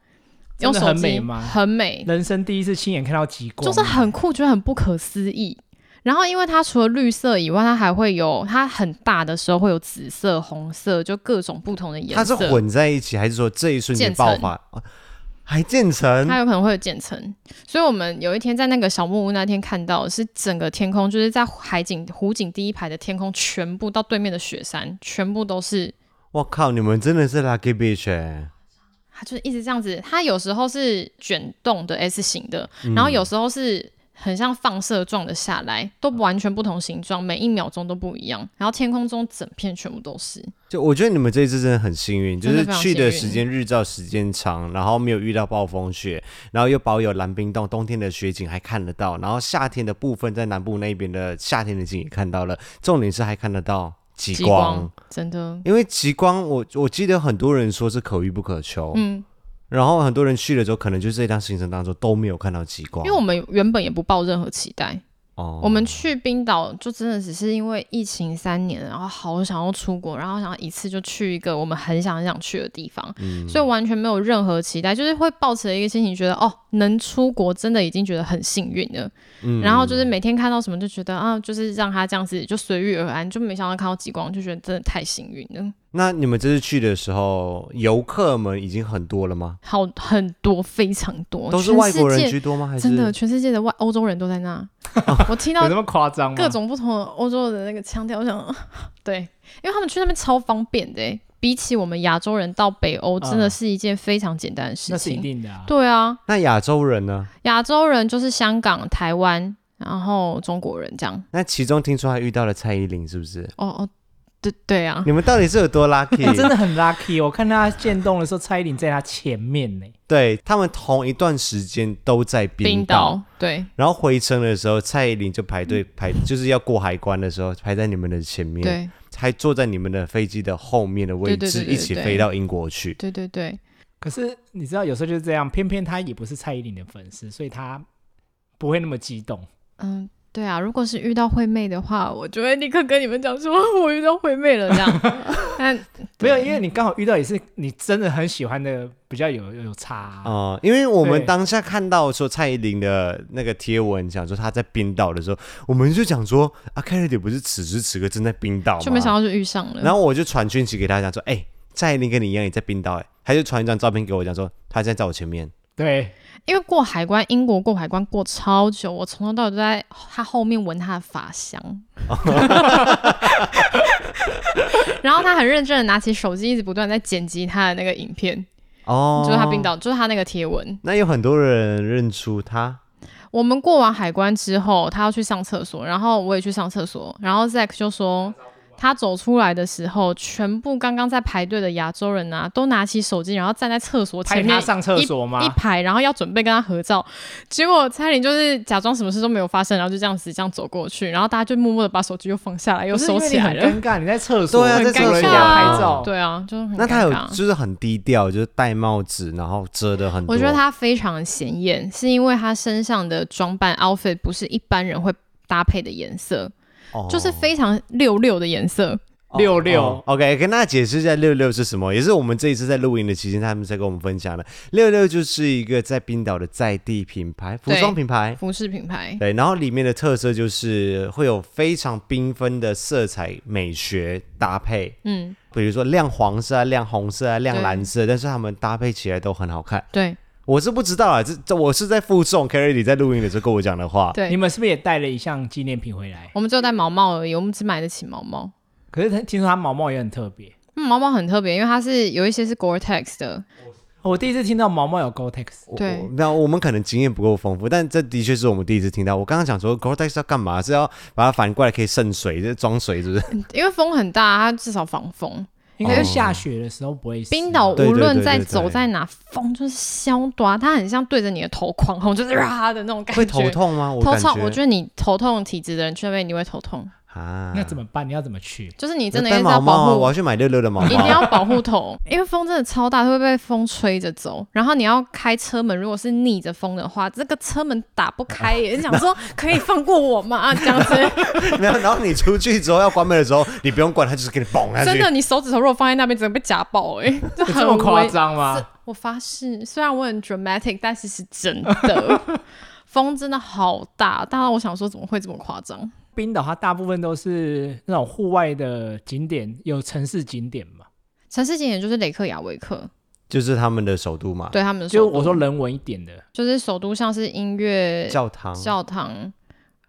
Speaker 3: 真
Speaker 2: 用
Speaker 3: 的
Speaker 2: 手
Speaker 3: 很美
Speaker 2: 机
Speaker 3: 吗
Speaker 2: 很美，
Speaker 3: 人生第一次亲眼看到极光，
Speaker 2: 就是很酷，觉得很不可思议。然后，因为它除了绿色以外，它还会有它很大的时候会有紫色、红色，就各种不同的颜
Speaker 1: 它
Speaker 2: 色。
Speaker 1: 是混在一起，还是说这一瞬间
Speaker 2: 渐层
Speaker 1: 爆发？哦还建成
Speaker 2: 它有可能会有渐层，所以我们有一天在那个小木屋那天看到的是整个天空，就是在海景湖景第一排的天空，全部到对面的雪山，全部都是
Speaker 1: 我靠，你们真的是 lucky bitch 哎、
Speaker 2: 它就是一直这样子，它有时候是卷动的 S 型的，
Speaker 1: 嗯
Speaker 2: 然后有时候是很像放射状的下来，都完全不同形状，每一秒钟都不一样，然后天空中整片全部都是。
Speaker 1: 就我觉得你们这一次真的很幸运，就
Speaker 2: 真的
Speaker 1: 是
Speaker 2: 非常
Speaker 1: 去的
Speaker 2: 幸
Speaker 1: 时
Speaker 2: 运
Speaker 1: 间日照时间长，然后没有遇到暴风雪，然后又保有蓝冰洞，冬天的雪景还看得到，然后夏天的部分在南部那边的夏天的景也看到了，重点是还看得到极
Speaker 2: 极真的，
Speaker 1: 因为极光我我记得很多人说是可遇不可求，
Speaker 2: 嗯，
Speaker 1: 然后很多人去了之后，可能就这一趟行程当中都没有看到极光，
Speaker 2: 因为我们原本也不抱任何期待，
Speaker 1: 哦
Speaker 2: 我们去冰岛就真的只是因为疫情三年，然后好想要出国，然后想要一次就去一个我们很想很想去的地方，
Speaker 1: 嗯
Speaker 2: 所以完全没有任何期待，就是会抱持一个心情，觉得哦，能出国真的已经觉得很幸运了。
Speaker 1: 嗯
Speaker 2: 然后就是每天看到什么就觉得啊，就是让他这样子就随遇而安，就没想到看到极光，就觉得真的太幸运了，
Speaker 1: 那你们这次去的时候，游客们已经很多了吗？
Speaker 2: 好很多，非常多，
Speaker 1: 都是
Speaker 2: 哦全
Speaker 1: 外
Speaker 2: 世
Speaker 1: 国人
Speaker 2: 界
Speaker 1: 居多吗？还是
Speaker 2: 真的，全世界的外欧洲人都 在那。我听到
Speaker 3: 有那么夸张吗？
Speaker 2: 各种不同的欧洲的那个腔调，我想， 对，因为他们去那边超方便的欸，比起我们亚洲人到北欧，
Speaker 1: 啊
Speaker 2: 真的
Speaker 3: 嗯
Speaker 2: 是一件非常简单的事
Speaker 3: 那是一
Speaker 2: 情。
Speaker 3: 定的啊。
Speaker 2: 对啊，
Speaker 1: 那亚洲人呢？
Speaker 2: 亚洲人就是香港、台湾，然后中国人这样。
Speaker 1: 那其中听说还遇到了蔡依林，是不 是？
Speaker 2: 哦哦，对对啊，
Speaker 1: 你们到底是有多 lucky？
Speaker 3: 他真的很 lucky，我看他渐动的时候，蔡依林在他前面呢。
Speaker 1: 对他们同一段时间都在冰
Speaker 2: 冰岛对
Speaker 1: 然后回程的时候，蔡依林就排队排， 就是要过海关的时候排在你们的前面，
Speaker 2: 对
Speaker 1: 还坐在你们的飞机的后面的位置，
Speaker 2: 对对对对
Speaker 1: 一起
Speaker 2: 对
Speaker 1: 飞到英国去。
Speaker 2: 对对对，
Speaker 3: 可是你知道，有时候就是这样，偏偏他也不是蔡依林的粉丝，所以他不会那么激动。
Speaker 2: 嗯。对啊，如果是遇到惠妹的话，我就会立刻跟你们讲说， 我遇到惠妹了 这样。但
Speaker 3: 没有，
Speaker 2: 对
Speaker 3: 因为你刚好遇到也是你真的很喜欢的，比较有有差啊、
Speaker 1: 哦、因为我们
Speaker 3: 对
Speaker 1: 当下看到说蔡依林的那个贴文，讲说她在冰岛的时候，我们就讲说啊 k e n n 不是此时此刻正在冰岛吗？
Speaker 2: 就没想到嗯就遇上了。
Speaker 1: 然后我就传讯息给他讲说，哎、蔡依林跟你一样也在冰岛，哎，他就传一张照片给我，讲说他现在在我前面，
Speaker 3: 对，
Speaker 2: 因为过海关，英国过海关过超久，我从头到尾都在他后面闻他的 发香。然后他很认真的拿起手机，一直不断地在剪辑他的那个影片，
Speaker 1: 哦，
Speaker 2: 就是他冰。岛，就是他那个贴文。
Speaker 1: 那有很多人认出他，
Speaker 2: 我们过完海关之后，他要去上厕所，然后我也去上厕所，然后 Zack 就说他走出来的时候，全部刚刚在排队的亚洲人啊，都拿起手机，然后站在厕所
Speaker 3: 拍
Speaker 2: 前面
Speaker 3: 他上厕所吗
Speaker 2: 一？排，然后要准备跟他合照。结果蔡依林就是假装什么事都没有发生，然后就这样子这样走过去，然后大家就默默的把手机又放下来，又
Speaker 3: 不是
Speaker 2: 收
Speaker 3: 因为
Speaker 2: 起
Speaker 3: 你
Speaker 2: 来
Speaker 3: 很
Speaker 2: 了。
Speaker 3: 尴尬，你在厕所，
Speaker 1: 对啊
Speaker 2: 很
Speaker 1: 在厕所
Speaker 2: 尴
Speaker 3: 人
Speaker 2: 尬
Speaker 3: 家
Speaker 2: 啊
Speaker 3: 拍照，
Speaker 2: 对啊，就是很
Speaker 1: 那他
Speaker 2: 尴
Speaker 1: 有
Speaker 2: 尬。
Speaker 1: 就是很低调，就是戴帽子，然后遮的很多。
Speaker 2: 我觉得她非常显艳，是因为她身上的装扮 outfit 不是一般人会搭配的颜色，
Speaker 1: 哦
Speaker 2: 就是非常六六的颜色。
Speaker 3: 六六。
Speaker 1: 哦 OK，跟大家解释一下六六是什么，也是我们这一次在录影的期间，他们在跟我们分享的。六六就是一个在冰岛的在地品牌，服
Speaker 2: 对
Speaker 1: 装品牌。
Speaker 2: 服饰品牌，
Speaker 1: 对，然后里面的特色就是会有非常缤纷的色彩美学搭配，
Speaker 2: 嗯，
Speaker 1: 比如说亮黄色啊、亮红色啊、亮
Speaker 2: 对
Speaker 1: 蓝色，但是它们搭配起来都很好看。
Speaker 2: 对
Speaker 1: 我是不知道啊，这这我是在附送 Carrie 你在录音的时候跟我讲的话。
Speaker 3: 你
Speaker 2: 对。
Speaker 3: 们是不是也带了一项纪念品回来？
Speaker 2: 我们只有戴毛毛而已，我们只买得起毛毛。
Speaker 3: 可是他听说他毛毛也很特别，
Speaker 2: 嗯，毛毛很特别，因为它是有一些是 Gore-Tex 的，
Speaker 3: 我第一次听到毛毛有 Gore-Tex，
Speaker 1: 我
Speaker 2: 对
Speaker 1: 我那我们可能经验不够丰富，但这的确是我们第一次听到。我刚刚讲说 Gore-Tex 要干嘛？是要把它反过来可以渗水，就是装水，是不是？
Speaker 2: 因为风很大，它至少防风。
Speaker 3: 应该是下雪的时候不会湿。
Speaker 2: 冰岛
Speaker 1: 对对
Speaker 2: 无论在
Speaker 1: 对对对
Speaker 2: 走在哪，风就是消短，它很像对着你的头狂轰，就是啊的那种感觉。
Speaker 1: 会头痛吗？我
Speaker 2: 头
Speaker 1: 感
Speaker 2: 痛，我觉
Speaker 1: 觉
Speaker 2: 得你头痛体质的人去那边你会头痛，
Speaker 1: 啊，
Speaker 3: 那怎么办？你要怎么去？
Speaker 2: 就是你
Speaker 1: 你
Speaker 2: 真的一
Speaker 1: 戴
Speaker 2: 定要
Speaker 1: 毛毛啊？
Speaker 2: 保
Speaker 1: 我
Speaker 2: 护
Speaker 1: 要，去买六六的毛
Speaker 2: 一定
Speaker 1: 毛。
Speaker 2: 要保护头， 因为风真的超大，会被风吹着走。然后你要开车门，如果是逆着风的话，这个车门打不开 耶。你想说可以放过我吗？这样子，
Speaker 1: 没有，然后你出去之后要关门的时候，你不用管它，就是给你嘣下去。
Speaker 2: 真的，你手指头如果放在那边，整个被夹爆哎，这
Speaker 3: 有
Speaker 2: 很
Speaker 3: 这么夸
Speaker 2: 危
Speaker 3: 张
Speaker 2: 是
Speaker 3: 吗？
Speaker 2: 我发誓，虽然我很 dramatic，但是是真 的。风真的好大，大到我想说怎么会这么夸张？
Speaker 3: 冰岛它大部分都是那种户外的景点，有城市景点嘛，
Speaker 2: 城市景点就是雷克雅未克，
Speaker 1: 就是他们的首都嘛，
Speaker 2: 对他们的首
Speaker 3: 就
Speaker 2: 都
Speaker 3: 我说人文一点的。
Speaker 2: 就是首都像是音乐
Speaker 1: 教堂。
Speaker 2: 教堂、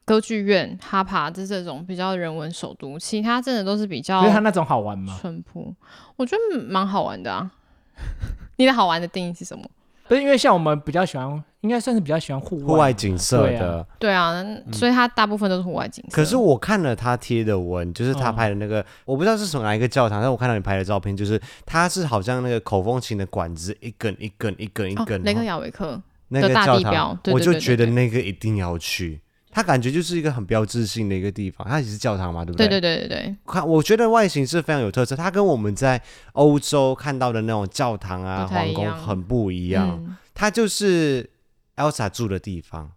Speaker 2: 歌剧院、哈帕这这种比较人文首都，其他真的都是比较
Speaker 3: 可是它那种好玩吗？
Speaker 2: 淳朴。我觉得蛮好玩的啊。 你的好玩的定义是什么？
Speaker 3: 不是因为像我们比较喜欢，应该算是比较喜欢户外。
Speaker 1: 户外景色
Speaker 3: 对啊
Speaker 1: 的，
Speaker 2: 对啊，所以它大部分都是户外景色。
Speaker 1: 可是我看了他贴的文，就是他
Speaker 2: 嗯
Speaker 1: 拍的那个，我不知道是从哪一个教堂，但我看到你拍的照片，就是它是好像那个口风琴的管子一根一根一根一
Speaker 2: 哦
Speaker 1: 根，，
Speaker 2: 雷
Speaker 1: 然
Speaker 2: 克
Speaker 1: 后
Speaker 2: 雅未克，
Speaker 1: 那个
Speaker 2: 的大
Speaker 1: 教
Speaker 2: 地
Speaker 1: 堂
Speaker 2: 标，对
Speaker 1: 我
Speaker 2: 对
Speaker 1: 就
Speaker 2: 对对
Speaker 1: 觉得
Speaker 2: 对
Speaker 1: 那个一定要去。它感觉就是一个很标志性的一个地方，它也是教堂嘛，对不
Speaker 2: 对
Speaker 1: 对
Speaker 2: 对对对对，
Speaker 1: 看，我觉得外形是非常有特色，它跟我们在欧洲看到的那种教堂啊、
Speaker 2: 不太
Speaker 1: 皇
Speaker 2: 一
Speaker 1: 宫
Speaker 2: 样嗯
Speaker 1: 很不一
Speaker 2: 一
Speaker 1: 样。它就是 Elsa 住的地方，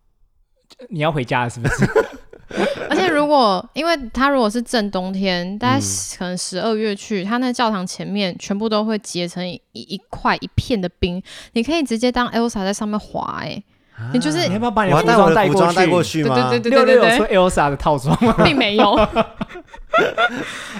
Speaker 3: 你要回家了是不是？
Speaker 2: 而且如果因为它如果是正冬天，大概
Speaker 1: 嗯
Speaker 2: 十可能十二月去，它那教堂前面全部都会结成一一一块一片的冰，你可以直接当 Elsa 在上面滑、欸，你 就是
Speaker 3: 你要不要把你
Speaker 1: 我要
Speaker 3: 服
Speaker 1: 带我的
Speaker 3: 装
Speaker 1: 服装
Speaker 3: 带
Speaker 1: 带过
Speaker 3: 过去？
Speaker 1: 去吗？
Speaker 2: 对对对
Speaker 3: 啊六
Speaker 2: 对
Speaker 3: 六有
Speaker 2: 对
Speaker 3: 出
Speaker 2: 对，
Speaker 3: Elsa 的套装吗？
Speaker 2: 并没有，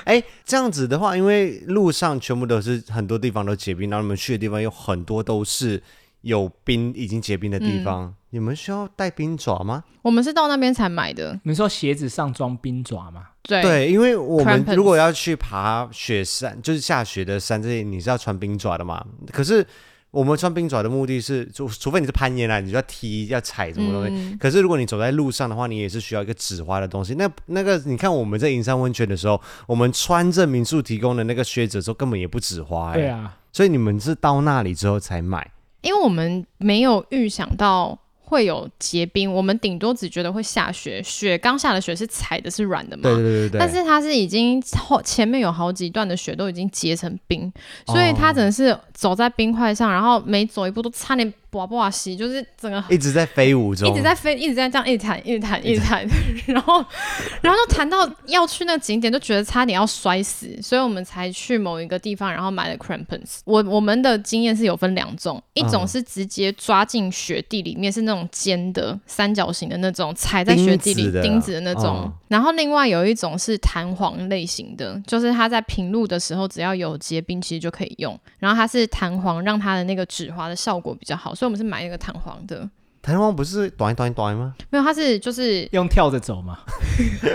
Speaker 1: 哎，这样子的话，因为路上全部都是很多地方都结冰，然后你们去的地方有很多都是有冰已经结冰的
Speaker 2: 嗯
Speaker 1: 地方，你们需要带冰爪吗？
Speaker 2: 我们是到那边才买的，
Speaker 3: 你说鞋子上装冰爪吗？
Speaker 2: 对，
Speaker 1: 对，因为我们
Speaker 2: Crampons
Speaker 1: 如果要去爬雪山，就是下雪的山这些，你是要穿冰爪的嘛？可是我们穿冰爪的目的是，除除非你是攀岩啊啦，你就要踢要踩什么东西。
Speaker 2: 嗯，
Speaker 1: 可是如果你走在路上的话，你也是需要一个止滑的东西。那那个，你看我们在银山温泉的时候，我们穿着民宿提供的那个靴子的时候，根本也不止滑、哎。
Speaker 3: 对啊，
Speaker 1: 所以你们是到那里之后才买
Speaker 2: 因为我们没有预想到。会有结冰，我们顶多只觉得会下雪。雪刚下的雪是踩的，是软的嘛？
Speaker 1: 对对对对
Speaker 2: 嗯但是它是已经后前面有好几段的雪都已经结成冰，所以它
Speaker 1: 哦
Speaker 2: 整个是走在冰块上，然后每走一步都差点哇哇西，就是整个。
Speaker 1: 一直在飞舞中，
Speaker 2: 一直在飞，一直在这样一直弹，一直弹，一直弹，然后， 然后就弹到要去那个景点，就觉得差点要摔死，所以我们才去某一个地方，然后买了 crampons。我我们的经验是有分两种，一种
Speaker 1: 嗯
Speaker 2: 是直接抓进雪地里面，是那种尖的三角形的那种，踩在雪
Speaker 1: 钉子
Speaker 2: 地里
Speaker 1: 的啊
Speaker 2: 钉子的那种。
Speaker 1: 嗯
Speaker 2: 然后另外有一种是弹簧类型的，就是它在平路的时候，只要有结冰，其实就可以用。然后它是弹簧，让它的那个止滑的效果比较好，所以我们是买那个弹簧的。
Speaker 1: 弹簧不是短短短吗？
Speaker 2: 没有，它是就是
Speaker 3: 用跳着走吗？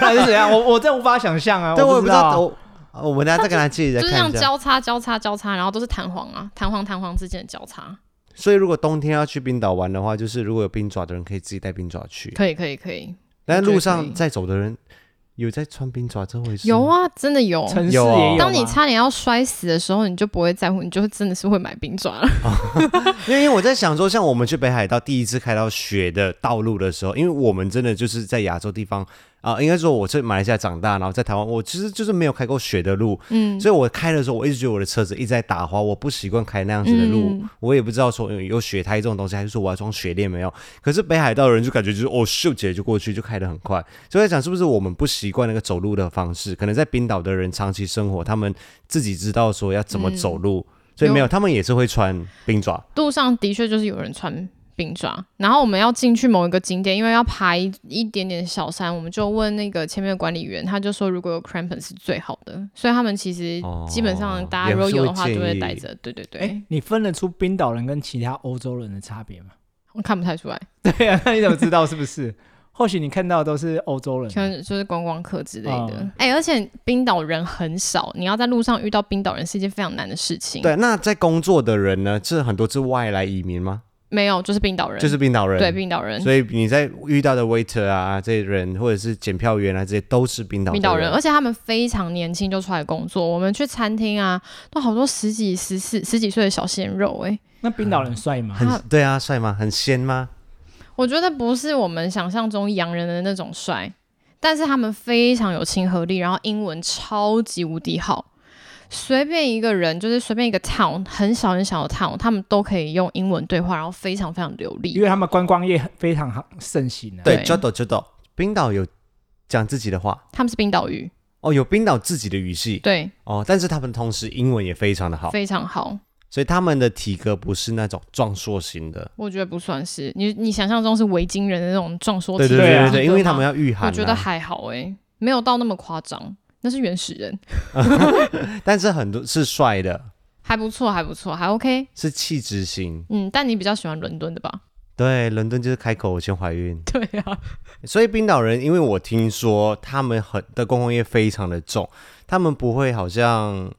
Speaker 3: 还是怎样？我我真无法想象啊！
Speaker 1: 但我也
Speaker 3: 不
Speaker 1: 不
Speaker 3: 知
Speaker 1: 知
Speaker 3: 道
Speaker 1: 道，
Speaker 3: 啊。
Speaker 1: 我哦我们大家再跟他自己再
Speaker 2: 就是这
Speaker 1: 看
Speaker 2: 样
Speaker 1: 一下。
Speaker 2: 交叉、交叉、交叉，然后都是弹簧啊，弹簧、弹簧之间的交叉。
Speaker 1: 所以如果冬天要去冰岛玩的话，就是如果有冰爪的人可以自己带冰爪去，
Speaker 2: 可以，可以，可以。
Speaker 1: 但
Speaker 2: 我觉得
Speaker 1: 路
Speaker 2: 可以
Speaker 1: 上在走的人有在穿冰爪这回事？
Speaker 2: 有，啊，真的有。
Speaker 3: 城市也
Speaker 1: 有啊
Speaker 3: 有吗。
Speaker 2: 当你差点要摔死的时候，你就不会在乎，你就真的是会买冰爪了。
Speaker 1: 因为我在想说，像我们去北海道第一次开到雪的道路的时候，因为我们真的就是在亚洲地方啊、应该说我在马来西亚长大，然后在台湾，我其实就是没有开过雪的路，嗯，所以我开的时候，我一直觉得我的车子一直在打滑，我不习惯开那样子的路，我也不知道说有有雪胎这种东西，还是说我要装雪链没有？可是北海道的人就感觉就是哦，秀姐就过去就开得很快，所以在想是不是我们不习惯那个走路的方式？可能在冰岛的人长期生活，他们自己知道说要怎么走路。所以嗯没有，
Speaker 2: 有
Speaker 1: 他们也是会穿冰爪，
Speaker 2: 路上的确就是有人穿冰爪，然后我们要进去某一个景点，因为要爬一一点点小山，我们就问那个前面的管理员，他就说如果有 crampon 是最好的，所以他们其实
Speaker 1: 哦
Speaker 2: 基本上大家
Speaker 1: 也
Speaker 2: 如果
Speaker 1: 是
Speaker 2: 有
Speaker 1: 会
Speaker 2: 的话就
Speaker 1: 建
Speaker 2: 会
Speaker 1: 议
Speaker 2: 带着，对对对，
Speaker 3: 哎，你分得出冰岛人跟其他欧洲人的差别吗？
Speaker 2: 我看不太出来，
Speaker 3: 对啊，那你怎么知道是不是？或许你看到的都是欧
Speaker 1: 嗯
Speaker 3: 洲人啊
Speaker 2: 可能就是观光客之类的
Speaker 3: 嗯，
Speaker 2: 哎、而且冰岛人很少，你要在路上遇到冰岛人是一件非常难的事情，，
Speaker 1: 对，那在工作的人呢，是很多是外来移民吗？
Speaker 2: 没有就是冰岛人，
Speaker 1: 就是冰岛人。
Speaker 2: 对冰岛人。
Speaker 1: 所以你在遇到的 waiter 啊，这些人或者是检票员啊，这些都是冰岛
Speaker 2: 冰岛
Speaker 1: 人
Speaker 2: 人，。而且他们非常年轻就出来工作。我们去餐厅啊，都好多十几、十四、十几岁的小鲜肉、欸，
Speaker 3: 那冰岛
Speaker 1: 嗯
Speaker 3: 人帅吗？
Speaker 1: 很对啊，帅吗？很仙吗？
Speaker 2: 我觉得不是我们想象中洋人的那种帅，但是他们非常有亲和力，然后英文超级无敌好。随便一个人，就是随便一个 town，很小很小的 town，他们都可以用英文对话，然后非常非常流
Speaker 3: 因
Speaker 2: 利。
Speaker 3: 为他们观光业很非常好盛行啊。
Speaker 2: 对
Speaker 1: 对，就懂就懂。冰岛有讲自己的话
Speaker 2: 他们是冰岛语，
Speaker 1: 哦，有冰岛自己的语系
Speaker 2: 对，
Speaker 1: 哦，但是他们同时英文也非常的好，
Speaker 2: 非常好。
Speaker 1: 所以他们的体格不是那种壮硕型的。
Speaker 2: 我觉得不算是你你想象中是维京人的那种壮硕
Speaker 1: 对对
Speaker 2: 体格
Speaker 1: 对
Speaker 3: 啊
Speaker 1: 对
Speaker 2: 吗
Speaker 1: 对，因为他们要御寒、啊。
Speaker 2: 我觉得还好哎、没有到那么夸张，那是原始人，
Speaker 1: 但是很多是帅的，
Speaker 2: 还不错，还不错，还 OK。
Speaker 1: 是气质型。
Speaker 2: 嗯，但你比较喜欢伦敦的吧？
Speaker 1: 对，伦敦就是开口我先怀孕。
Speaker 2: 对啊，
Speaker 1: 所以冰岛人，因为我听说他们很的工工业非常的重，他们不会好像，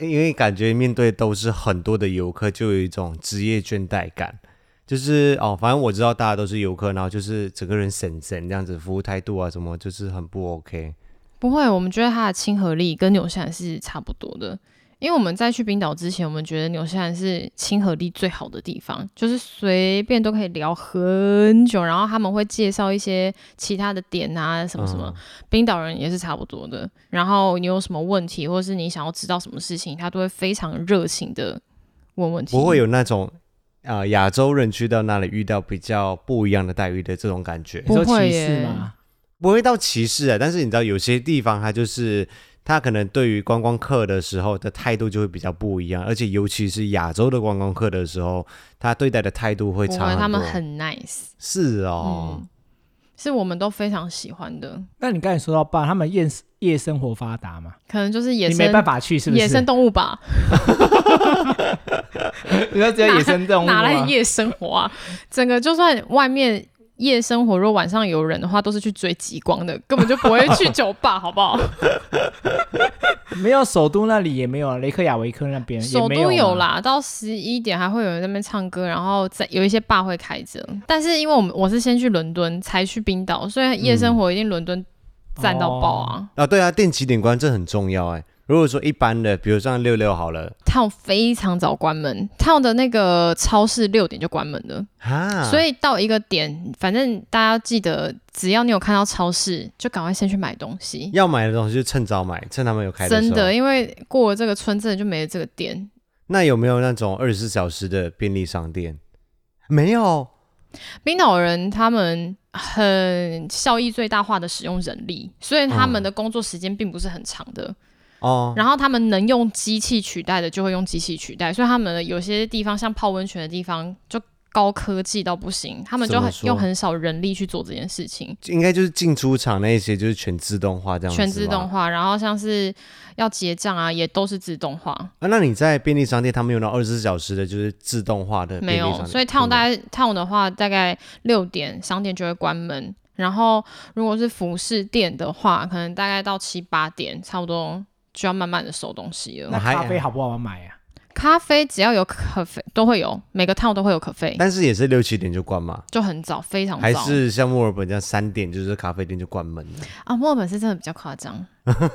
Speaker 1: 因为感觉面对都是很多的游客，就有一种职业倦怠感。就是哦，反正我知道大家都是游客，然后就是整个人神神这样子，服务态度啊什么，就是很不 OK。
Speaker 2: 不会，我们觉得它的亲和力跟纽西兰是差不多的。因为我们在去冰岛之前，我们觉得纽西兰是亲和力最好的地方，就是随便都可以聊很久，然后他们会介绍一些其他的点啊，什么什么。
Speaker 1: 嗯
Speaker 2: 冰岛人也是差不多的。然后你有什么问题，或者是你想要知道什么事情，他都会非常热情的问问题。
Speaker 1: 不会有那种啊亚、洲人去到那里遇到比较不一样的待遇的这种感觉。
Speaker 3: 你说
Speaker 2: 不会
Speaker 3: 歧
Speaker 2: 耶
Speaker 3: 视吗？
Speaker 1: 不会到歧视啊，但是你知道有些地方它就是它可能对于观光客的时候的态度就会比较不一样，而且尤其是亚洲的观光客的时候，他对待的态度会
Speaker 2: 不
Speaker 1: 差
Speaker 2: 会，
Speaker 1: 很
Speaker 2: 他们
Speaker 1: 多
Speaker 2: 很 nice，
Speaker 1: 是哦
Speaker 2: 嗯，，是我们都非常喜欢的，
Speaker 3: 那你刚才说到爸，他们夜夜生活发达嘛？
Speaker 2: 可能就是野
Speaker 3: 你
Speaker 2: 生
Speaker 3: 没办法去，是不是？
Speaker 2: 野生动物吧，
Speaker 3: 你说只有野生动物啊
Speaker 2: 哪来
Speaker 3: 吗
Speaker 2: 的夜生活啊？整个就算外面。夜生活如果晚上有人的话，都是去追极光的，根本就不会去酒吧，好不好？
Speaker 3: 没有首都那里也没有啊，雷克雅维克那边
Speaker 2: 首
Speaker 3: 也没
Speaker 2: 都有
Speaker 3: 嘛。
Speaker 2: 啦，到十一点还会有人在那边唱歌，然后在有一些坝会开着。但是因为我们我是先去伦敦，才去冰岛，所以夜生活一定伦敦赞到爆
Speaker 3: 哦
Speaker 2: 啊！
Speaker 1: 啊，对啊，定期点关这很重要哎。如果说一般的，比如像六六好了
Speaker 2: town 非常早关门，town 的那个超市六点就关门了。
Speaker 1: 啊，
Speaker 2: 所
Speaker 1: 以
Speaker 2: 以到一个点，反正大家记得，只要你有看到超市，就赶快先去买东西。
Speaker 1: 要买的东西就趁早买，趁他们有开的
Speaker 2: 真
Speaker 1: 时
Speaker 2: 的，欸
Speaker 1: 候。
Speaker 2: 因为过了这个村，真的就没了这个店。
Speaker 1: 那有没有那种二十四小时的便利商店？没有，
Speaker 2: 冰岛人他们很效益最大化的使用人力，所以他
Speaker 1: 嗯
Speaker 2: 们的工作时间并不是很长的。
Speaker 1: 哦，
Speaker 2: 然后他们能用机器取代的，就会用机器取代。所以他们有些地方，像泡温泉的地方，就高科技到不行，他们就
Speaker 1: 怎么
Speaker 2: 很
Speaker 1: 说
Speaker 2: 用很少人力去做这件事情。
Speaker 1: 应该就是进出场那一些就是全自动化这样子吧。
Speaker 2: 全自动化，然后像是要结账啊，也都是自动化，
Speaker 1: 啊，那你在便利商店，他们有那二十四小时的，就是自动化的
Speaker 2: 没
Speaker 1: 便利商
Speaker 2: 有。
Speaker 1: 店
Speaker 2: 所以 town 大
Speaker 1: 嗯
Speaker 2: 概 town 的话，大概六点商店就会关门，然后如果是服饰店的话，可能大概到七八点，差不多就要慢慢的收东西
Speaker 3: 那
Speaker 2: 了。
Speaker 1: 还
Speaker 3: 咖啡好不好买啊？
Speaker 2: 咖啡只要有可啡都会有，每个 town 都会有可啡，
Speaker 1: 但是也是六七点就关嘛，
Speaker 2: 就很早，非常
Speaker 1: 还
Speaker 2: 早。
Speaker 1: 是像墨尔本这样三点就是咖啡店就关门了？
Speaker 2: 啊，墨尔本是真的比较夸张，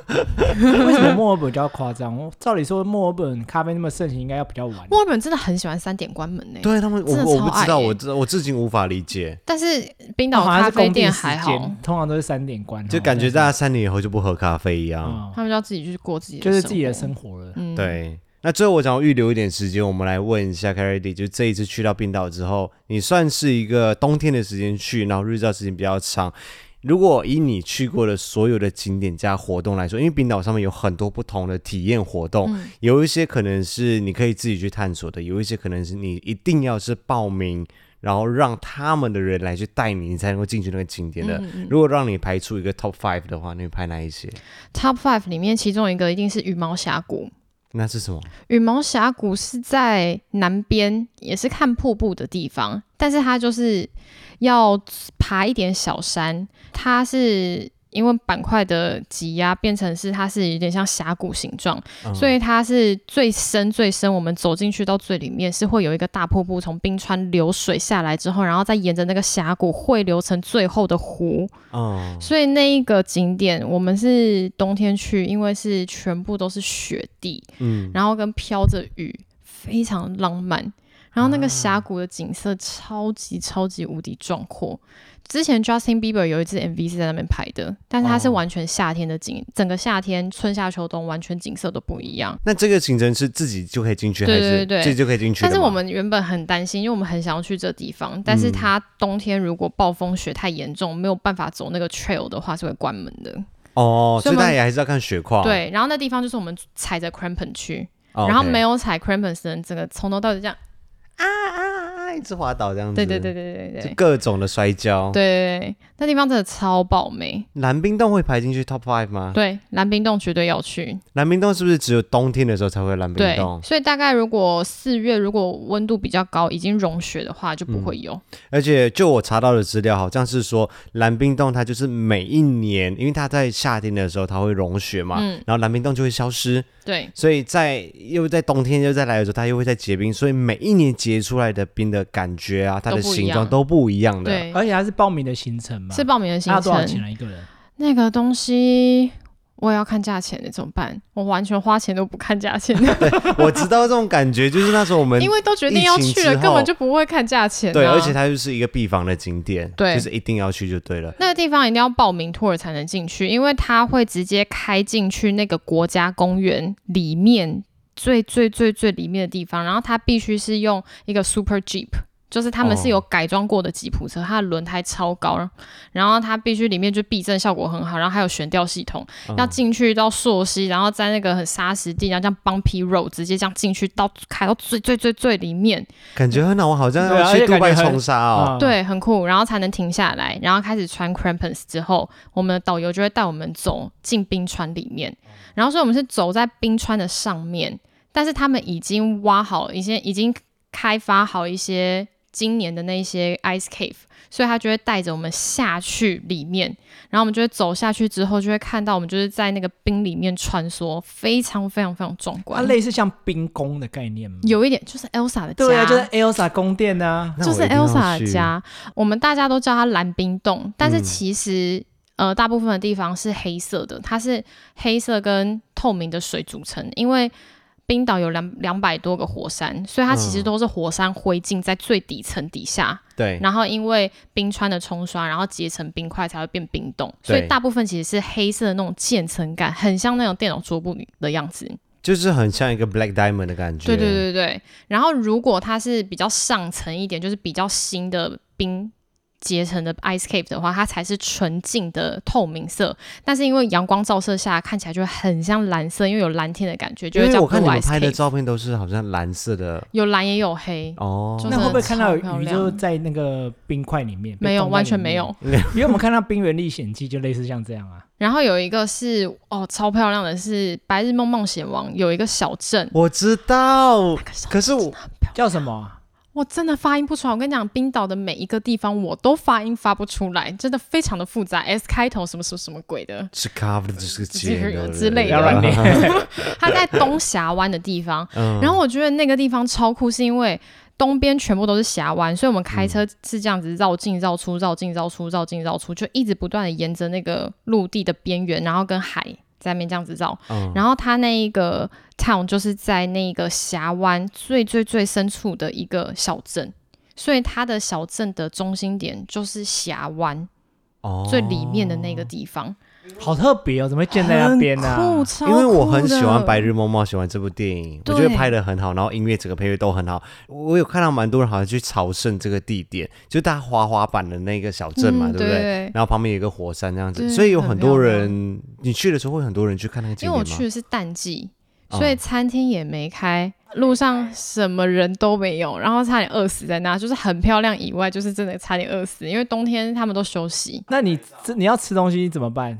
Speaker 3: 为什么墨尔本比较夸张？我照理说墨尔本咖啡那么盛行，应该要比较晚。
Speaker 2: 墨尔本真的很喜欢三点关门呢、
Speaker 1: 对啊他们，我
Speaker 2: 真的
Speaker 1: 我
Speaker 2: 超
Speaker 1: 不知
Speaker 2: 爱
Speaker 1: 道，
Speaker 2: 耶
Speaker 1: 我至我至今无法理解，
Speaker 2: 但是冰岛
Speaker 3: 哦好像
Speaker 2: 咖
Speaker 3: 是
Speaker 2: 啡
Speaker 3: 工地
Speaker 2: 店
Speaker 3: 时
Speaker 2: 还好
Speaker 3: 间，，通常都是三点关，
Speaker 1: 就
Speaker 3: 哦
Speaker 1: 感觉大家
Speaker 3: 但是
Speaker 1: 三点以后就不喝咖啡一样。
Speaker 3: 嗯
Speaker 2: 他们就要自己去过自己的，
Speaker 3: 就是自己的
Speaker 2: 活。
Speaker 3: 生活了。
Speaker 2: 嗯，
Speaker 1: 对，那最后我想要预留一点时间，我们来问一下 c a r i d y 就这一次去到冰岛之后，你算是一个冬天的时间去，然后日照时间比较长。如果以你去过的所有的景点加活动来说，因为冰岛上面有很多不同的体验活动，有一些可能是你可以自己去探索的，有一些可能是你一定要是报名，然后让他们的人来去带你，你才能够进去那个景点的。如果让你排出一个 top five 的话，你会排哪一些？
Speaker 2: Top Five 里面其中一个一定是羽毛峡谷。
Speaker 1: 那是什么？
Speaker 2: 羽毛峡谷是在南边，也是看瀑布的地方，但是它就是要爬一点小山，它是。因为板块的挤压变成是它是有点像峡谷形状，
Speaker 1: 嗯
Speaker 2: 所以它是最深最深。我们走进去到最里面是会有一个大瀑布从冰川流水下来之后，然后再沿着那个峡谷汇流成最后的湖。
Speaker 1: 嗯，
Speaker 2: 所以那一个景点，我们是冬天去，因为是全部都是雪地，
Speaker 1: 嗯
Speaker 2: 然后跟飘着雨，非常浪漫。然后那个峡谷的景色超级超级无敌壮阔。之前 Justin Bieber 有一支 MV 是在那边拍的，但是它是
Speaker 1: 哦
Speaker 2: 完全夏天的景，整个夏天春夏秋冬完全景色都不一样。
Speaker 1: 那这个行程是自己就可以进去，
Speaker 2: 对
Speaker 1: 还是
Speaker 2: 对对
Speaker 1: 自己就可以进去的
Speaker 2: 但
Speaker 1: 吗？
Speaker 2: 是我们原本很担心，因为我们很想要去这地方，但是
Speaker 1: 嗯
Speaker 2: 它冬天如果暴风雪太严重，没有办法走那个 trail 的话是会关门的。
Speaker 1: 哦，所
Speaker 2: 所以
Speaker 1: 以
Speaker 2: 我
Speaker 1: 大
Speaker 2: 们
Speaker 1: 家也还是要看雪况。
Speaker 2: 对，然后那地方就是我们踩着 crampon 去，
Speaker 1: 哦，OK，
Speaker 2: 然后没有踩 crampon 的人，整个从头到尾就这样，
Speaker 1: 啊啊啊，一直滑倒这样子。
Speaker 2: 对对对对对对
Speaker 1: 就哦各种的摔跤。
Speaker 2: 对对，对，那地方真的超爆美。
Speaker 1: 蓝冰洞会排进去 top five 吗？
Speaker 2: 对，蓝冰洞绝对要去。
Speaker 1: 蓝冰洞是不是只有冬天的时候才会有蓝冰
Speaker 2: 对
Speaker 1: 洞，？
Speaker 2: 所以大概如果四月如果温度比较高，已经融雪的话，就不会有。
Speaker 1: 而且就我查到的资料，好像是说蓝冰洞它就是每一年，因为它在夏天的时候它会融雪嘛，
Speaker 2: 嗯
Speaker 1: 然后蓝冰洞就会消失，
Speaker 2: 对，
Speaker 1: 所以在又在冬天又再来的时候，它又会再结冰，所以每一年结出来的冰的感觉啊，它的
Speaker 2: 都不一
Speaker 1: 形状
Speaker 2: 样
Speaker 1: 都不一样的。
Speaker 2: 对，
Speaker 3: 而且还是报名的行程嘛，
Speaker 2: 是报名的行
Speaker 3: 那多少钱
Speaker 2: 程。
Speaker 3: 啊一个人？
Speaker 2: 那个东西我也要看价钱的，怎么办？我完全花钱都不看价钱，
Speaker 1: 我知道这种感觉，就是那时候我们
Speaker 2: 因为都决定要
Speaker 1: 疫情
Speaker 2: 去了，
Speaker 1: 之后
Speaker 2: 根本就不会看价钱、啊。
Speaker 1: 对，而且它就是一个必访的景点，
Speaker 2: 对
Speaker 1: 就是一定要去就对了。
Speaker 2: 那个地方一定要报名 tour 才能进去，因为它会直接开进去那个国家公园里面最最最最里面的地方，然后它必须是用一个 super jeep。就是他们
Speaker 1: 哦
Speaker 2: 是有改装过的吉普车，它的轮胎超高，然后它必须里面就避震效果很好，然后还有悬吊系统，
Speaker 1: 嗯
Speaker 2: 要进去到朔溪，然后在那个很沙石地，然后这样 bumpy road 直接这样进去到开到最最最最里面，
Speaker 1: 感觉很好，我好像
Speaker 3: 对啊
Speaker 1: 要
Speaker 3: 而且
Speaker 1: 去杜
Speaker 3: 感觉
Speaker 1: 拜
Speaker 3: 很
Speaker 1: 冲沙哦。
Speaker 3: 嗯，
Speaker 2: 对，很酷，然后才能停下来，然后开始穿 crampons 之后，我们的导游就会带我们走进冰川里面，
Speaker 3: 哦
Speaker 2: 然后所以我们是走在冰川的上面，但是他们已经挖好一些，已经开发好一些今年的那一些 ice cave，所以他就会带着我们下去里面，然后我们就会走下去之后，就会看到我们就是在那个冰里面穿梭，非常非常非常壮
Speaker 3: 它
Speaker 2: 观，
Speaker 3: 类似像冰宫的概念吗？
Speaker 2: 有一点就是 Elsa 的家，
Speaker 3: 对啊，就是 Elsa 宫殿啊，
Speaker 1: 那
Speaker 2: 就
Speaker 1: 我
Speaker 2: 是
Speaker 1: 一定要
Speaker 2: Elsa 的
Speaker 1: 去，嗯
Speaker 2: 家，我们大家都叫它蓝冰洞，但是其实、呃，大部分的地方是黑色的，它是黑色跟透明的水组成，因为。冰岛有两两百多个火山，所以它其
Speaker 1: 嗯
Speaker 2: 实都是火山灰烬在最底层底下，
Speaker 1: 对，
Speaker 2: 然后因为冰川的冲刷，然后结成冰块才会变冰冻，所以
Speaker 1: 对
Speaker 2: 大部分其实是黑色的那种渐层感，很像那种电脑桌布的样子。
Speaker 1: 就是很像一个 Black Diamond 的感觉。
Speaker 2: 对对对对对。然后如果它是比较上层一点，就是比较新的冰结成的 ice cave 的话，它才是纯净的透明色。但是因为阳光照射下，看起来就会很像蓝色，因为有蓝天的感觉，就会
Speaker 1: 因为
Speaker 2: 叫
Speaker 1: 我
Speaker 2: blue
Speaker 1: 看你们
Speaker 2: ice
Speaker 1: 拍的
Speaker 2: cave。
Speaker 1: 照片都是好像蓝色的
Speaker 2: 有蓝也有黑，
Speaker 1: 哦，
Speaker 2: 就
Speaker 3: 那会不会
Speaker 2: 真
Speaker 3: 看
Speaker 2: 的
Speaker 3: 到
Speaker 2: 超漂
Speaker 3: 鱼
Speaker 2: 亮
Speaker 3: 就在那个冰块里面？
Speaker 2: 没有，
Speaker 3: 被冻在
Speaker 2: 完全
Speaker 3: 里面
Speaker 2: 没有。。
Speaker 3: 因为我们看到《冰原历险记》就类似像这样啊，
Speaker 2: 然后有一个是哦，超漂亮的是《白日梦冒险王》，有一个小镇，
Speaker 1: 我知道，
Speaker 2: 那个小
Speaker 1: 可是我
Speaker 2: 镇
Speaker 3: 叫什么啊？
Speaker 2: 我真的发音不出来。我跟你讲，冰岛的每一个地方我都发音发不出来，真的非常的复杂，S 开头什么什么什么鬼的。
Speaker 1: 是 cover 这个节
Speaker 2: 之类的
Speaker 3: 要乱念。
Speaker 2: 它在东峡湾的地方，
Speaker 1: 嗯
Speaker 2: 然后我觉得那个地方超酷，是因为东边全部都是峡湾，所以我们开
Speaker 1: 嗯
Speaker 2: 车是这样子绕进绕出、绕进绕出、绕进绕出，就一直不断的沿着那个陆地的边缘，然后跟海在那边这样子绕。
Speaker 1: 嗯
Speaker 2: 然后它那一个 town 就是在那个峡湾最最最深处的一个小镇。所以它的小镇的中心点就是峡湾
Speaker 1: 哦
Speaker 2: 最里面的那个地方，
Speaker 3: 好特别哦，怎么会建在那边呢、
Speaker 2: 酷超
Speaker 1: 因为我很喜欢
Speaker 2: 酷
Speaker 1: 《
Speaker 2: 的
Speaker 1: 白日梦冒险王》这部电影，我觉得
Speaker 2: 对
Speaker 1: 拍的很好，然后音乐整个配乐都很好。我有看到蛮多人好像去朝圣这个地点，就大家滑滑板的那个小镇嘛，对
Speaker 2: 嗯
Speaker 1: 不
Speaker 2: 对
Speaker 1: 对？
Speaker 2: 对
Speaker 1: 然后旁边有一个火山这样子，
Speaker 2: 对
Speaker 1: 所以有很多
Speaker 2: 很
Speaker 1: 人，你去的时候会很多人去看那个景
Speaker 2: 因为我
Speaker 1: 点
Speaker 2: 去
Speaker 1: 吗？
Speaker 2: 的是淡季，
Speaker 1: 哦
Speaker 2: 所以餐厅也没开，路上什么人都没有，然后差点饿死在那，就是很漂亮以外，就是真的差点饿死，因为冬天他们都休息。
Speaker 3: 那你这你要吃东西怎么办？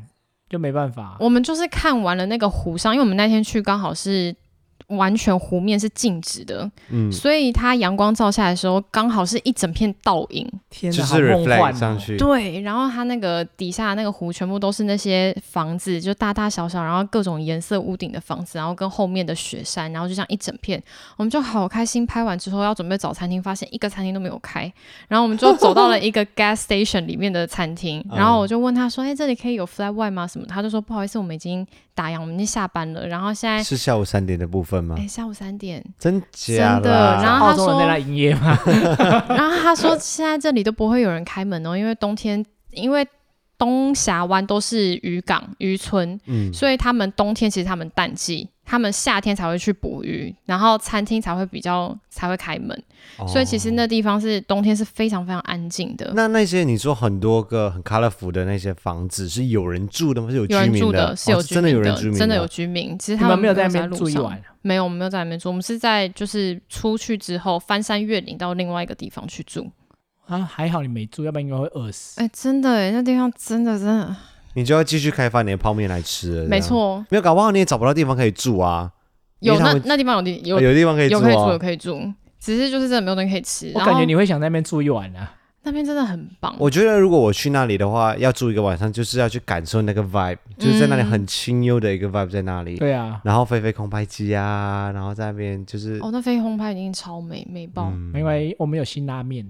Speaker 3: 就没办法。
Speaker 2: 我们就是看完了那个湖上，因为我们那天去刚好是。完全湖面是静止的，
Speaker 1: 嗯，
Speaker 2: 所以它阳光照下来的时候，刚好是一整片倒影。
Speaker 3: 天哪，
Speaker 1: 就
Speaker 3: 好
Speaker 1: 是
Speaker 3: 梦幻、
Speaker 1: reflect
Speaker 3: 哦、
Speaker 1: 上去，
Speaker 2: 对，然后它那个底下那个湖全部都是那些房子，就大大小小，然后各种颜色屋顶的房子，然后跟后面的雪山，然后就这样一整片，我们就好开心。拍完之后要准备找餐厅，发现一个餐厅都没有开，然后我们就走到 了一个 gas station 里面的餐厅，
Speaker 1: 嗯
Speaker 2: 然后我就问他说：“哎、这里可以有 flat white 吗？什么的？”他就说：“不好意思，我们已经打烊，我们已经下班了。然后现在，
Speaker 1: 是下午三点的部分吗
Speaker 2: 哎、？下午三点，
Speaker 1: 真假
Speaker 2: 真的
Speaker 1: 啦
Speaker 2: 然后
Speaker 3: 澳
Speaker 2: 他
Speaker 3: 洲人
Speaker 2: 说
Speaker 3: 在那营业吗？
Speaker 2: 然后他说，现在这里都不会有人开门哦，因为冬天，因为东峡湾都是渔港、渔村，
Speaker 1: 嗯，
Speaker 2: 所以他们冬天其实他们淡季，他们夏天才会去捕鱼，然后餐厅才会比较才会开门，所以其实
Speaker 1: 哦
Speaker 2: 那地方是冬天是非常非常安静的。
Speaker 1: 那那些你说很多个很 colorful 的那些房子是有人住的吗？是有
Speaker 2: 有
Speaker 1: 居
Speaker 2: 人
Speaker 1: 民
Speaker 2: 住
Speaker 1: 的，
Speaker 2: 是有
Speaker 1: 哦
Speaker 2: 居
Speaker 1: 真的
Speaker 2: 民
Speaker 1: 有人居民的，
Speaker 2: 真的有居民。其实
Speaker 3: 你
Speaker 2: 他
Speaker 3: 们没有
Speaker 2: 在
Speaker 3: 在那边
Speaker 2: 路
Speaker 3: 住一
Speaker 2: 上
Speaker 3: 晚，
Speaker 2: 没有，我们没有在那边住，我们是在就是出去之后翻山越岭到另外一个地方去住。
Speaker 3: 啊，还好你没住，要不然应该会饿死。
Speaker 2: 哎、真的哎，那地方真的真的
Speaker 1: 你就要继续开发你的泡面来吃了。这样
Speaker 2: 没，错，
Speaker 1: 没有搞不好你也找不到地方可以住啊。因
Speaker 2: 有
Speaker 1: 为他
Speaker 2: 那
Speaker 1: 们
Speaker 2: 那地方有地有
Speaker 1: 有地方可以住
Speaker 2: 有可以住有
Speaker 1: 啊。
Speaker 2: 可以住，只是就是真的没有东西可以吃。
Speaker 3: 我
Speaker 2: 然
Speaker 3: 感
Speaker 2: 后
Speaker 3: 觉你会想在那边住一晚啊。
Speaker 2: 那边真的很棒，
Speaker 1: 我觉得如果我去那里的话，要住一个晚上，就是要去感受那个 vibe，就是在那里很清幽的一个 vibe 在那里。
Speaker 2: 嗯
Speaker 3: 对啊，
Speaker 1: 然后飞飞空拍机啊，然后在那边就是嗯
Speaker 2: 哦，那飞空拍一定超美美爆。
Speaker 3: 因为我们有辛拉面，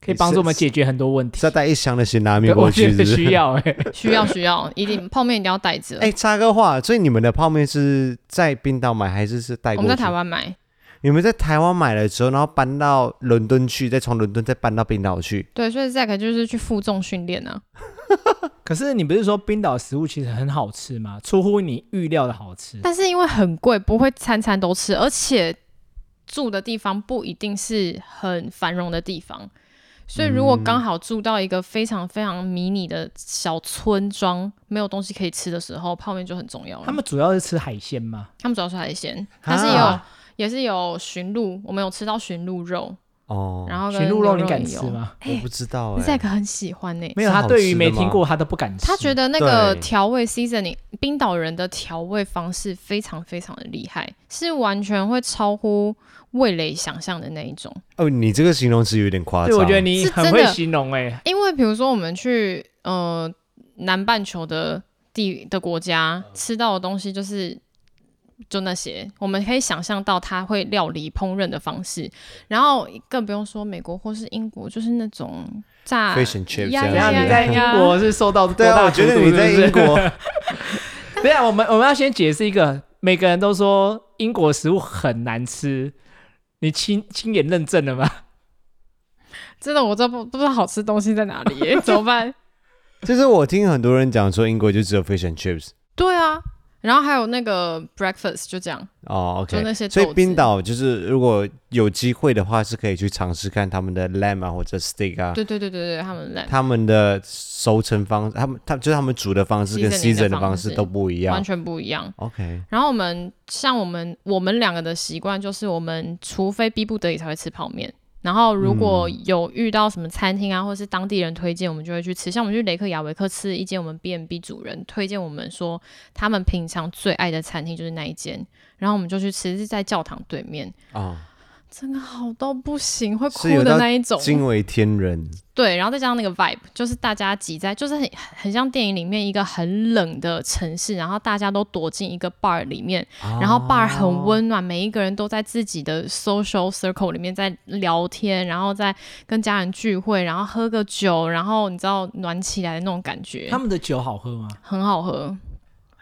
Speaker 3: 可以帮助我们
Speaker 1: 是
Speaker 3: 解决很多问题
Speaker 1: 是。要带一箱的辛拉面
Speaker 3: 对我
Speaker 1: 过去，
Speaker 3: 觉
Speaker 1: 是不
Speaker 3: 得
Speaker 1: 是
Speaker 3: 需。要哎、
Speaker 2: 需要需要，一定泡面一定要带着。
Speaker 1: 哎，插个话，所以你们的泡面是在冰岛买还是是带
Speaker 2: 我
Speaker 1: 过去？
Speaker 2: 们在台湾买，
Speaker 1: 你们在台湾买了之后，然后搬到伦敦去，再从伦敦再搬到冰岛去。
Speaker 2: 对，所以 Zack 就是去负重训练啊。
Speaker 3: 可是你不是说冰岛食物其实很好吃吗？出乎你预料的好吃。
Speaker 2: 但是因为很贵，不会餐餐都吃，而且住的地方不一定是很繁荣的地方，所以如
Speaker 3: 嗯
Speaker 2: 果刚好住到一个非常非常迷你的小村庄，没有东西可以吃的时候，泡面就很重要了。
Speaker 3: 他们啊主要是吃海鲜吗？
Speaker 2: 他们主要是海鲜，但是也有、也是有驯鹿，我们有吃到驯鹿肉，
Speaker 1: 哦，
Speaker 2: 然后跟
Speaker 3: 驯鹿肉你
Speaker 2: 牛
Speaker 3: 敢
Speaker 2: 也
Speaker 3: 吃
Speaker 2: 有？
Speaker 3: 吗？
Speaker 1: 我不知道哎、
Speaker 2: ？Zack 很喜欢欸呢、
Speaker 3: 没有，
Speaker 1: 是
Speaker 3: 他
Speaker 1: 好
Speaker 3: 对
Speaker 1: 吃
Speaker 3: 于
Speaker 1: 的
Speaker 3: 没听
Speaker 1: 吗
Speaker 3: 过他都不敢吃。
Speaker 2: 他觉得那个
Speaker 1: 对
Speaker 2: 调味 seasoning，冰岛人的调味方式非常非常的厉害，是完全会超乎味蕾想象的那一种。
Speaker 1: 哦，你这个形容词有点夸张。
Speaker 3: 对，我觉得你
Speaker 2: 是
Speaker 3: 很
Speaker 2: 真
Speaker 3: 会
Speaker 2: 的
Speaker 3: 形容哎、
Speaker 2: 因为比如说我们去呃南半球的地的国家
Speaker 1: 嗯
Speaker 2: 吃到的东西就是。就那些，我们可以想象到他会料理烹饪的方式，然后更不用说美国或是英国，就是那种炸
Speaker 1: Fish and chips
Speaker 2: 呀
Speaker 1: 这
Speaker 3: 怎
Speaker 1: 样
Speaker 2: 呀
Speaker 3: 样？
Speaker 1: 子
Speaker 2: 呀
Speaker 3: 你在英
Speaker 2: 呀
Speaker 3: 国是受到多
Speaker 1: 对啊，
Speaker 3: 大
Speaker 1: 我
Speaker 3: 荼
Speaker 1: 觉
Speaker 3: 毒？
Speaker 1: 得你在
Speaker 3: 是不是
Speaker 1: 英 国，
Speaker 3: 对啊，我们我们要先解释一个，每个人都说英国食物很难吃，你亲亲眼认证了吗？
Speaker 2: 真的我这不不知道好吃东西在哪里 耶，怎么办？
Speaker 1: 就是我听很多人讲说英国就只有 fish and chips
Speaker 2: 对啊，然后还有那个 breakfast 就这样，
Speaker 1: 哦
Speaker 2: 就那
Speaker 1: ，OK。
Speaker 2: 些豆
Speaker 1: 所
Speaker 2: 子。
Speaker 1: 以冰岛就是如果有机会的话，是可以去尝试看他们的 lamb 啊或者 steak 啊，
Speaker 2: 对对对对对，他们烂，
Speaker 1: 他们的熟成方，他们他就是他们煮的方式跟
Speaker 2: Seasoning 的
Speaker 1: season 的方式
Speaker 2: 方式
Speaker 1: 都不一
Speaker 2: 完
Speaker 1: 样。
Speaker 2: 全不一样。
Speaker 1: OK，
Speaker 2: 然后我们像我们我们两个的习惯就是，我们除非逼不得已才会吃泡面。然后如果
Speaker 1: 嗯
Speaker 2: 有遇到什么餐厅啊，或是当地人推荐，我们就会去吃。像我们去雷克雅维克吃一间我们 B&B 主人推荐我们说，他们平常最爱的餐厅就是那一间，然后我们就去吃，是在教堂对面。
Speaker 1: 哦，
Speaker 2: 真的好到不行，会哭
Speaker 1: 是有
Speaker 2: 的
Speaker 1: 到
Speaker 2: 那一种。
Speaker 1: 惊为天人。
Speaker 2: 对，然后再加上那个 vibe，就是大家挤在，就是很很像电影里面一个很冷的城市，然后大家都躲进一个 bar 里面，
Speaker 1: 啊
Speaker 2: 然后 bar 很温暖，每一个人都在自己的 social circle 里面在聊天，然后在跟家人聚会，然后喝个酒，然后你知道暖起来的那种感觉
Speaker 3: 他，们的酒好喝吗？
Speaker 2: 很好喝，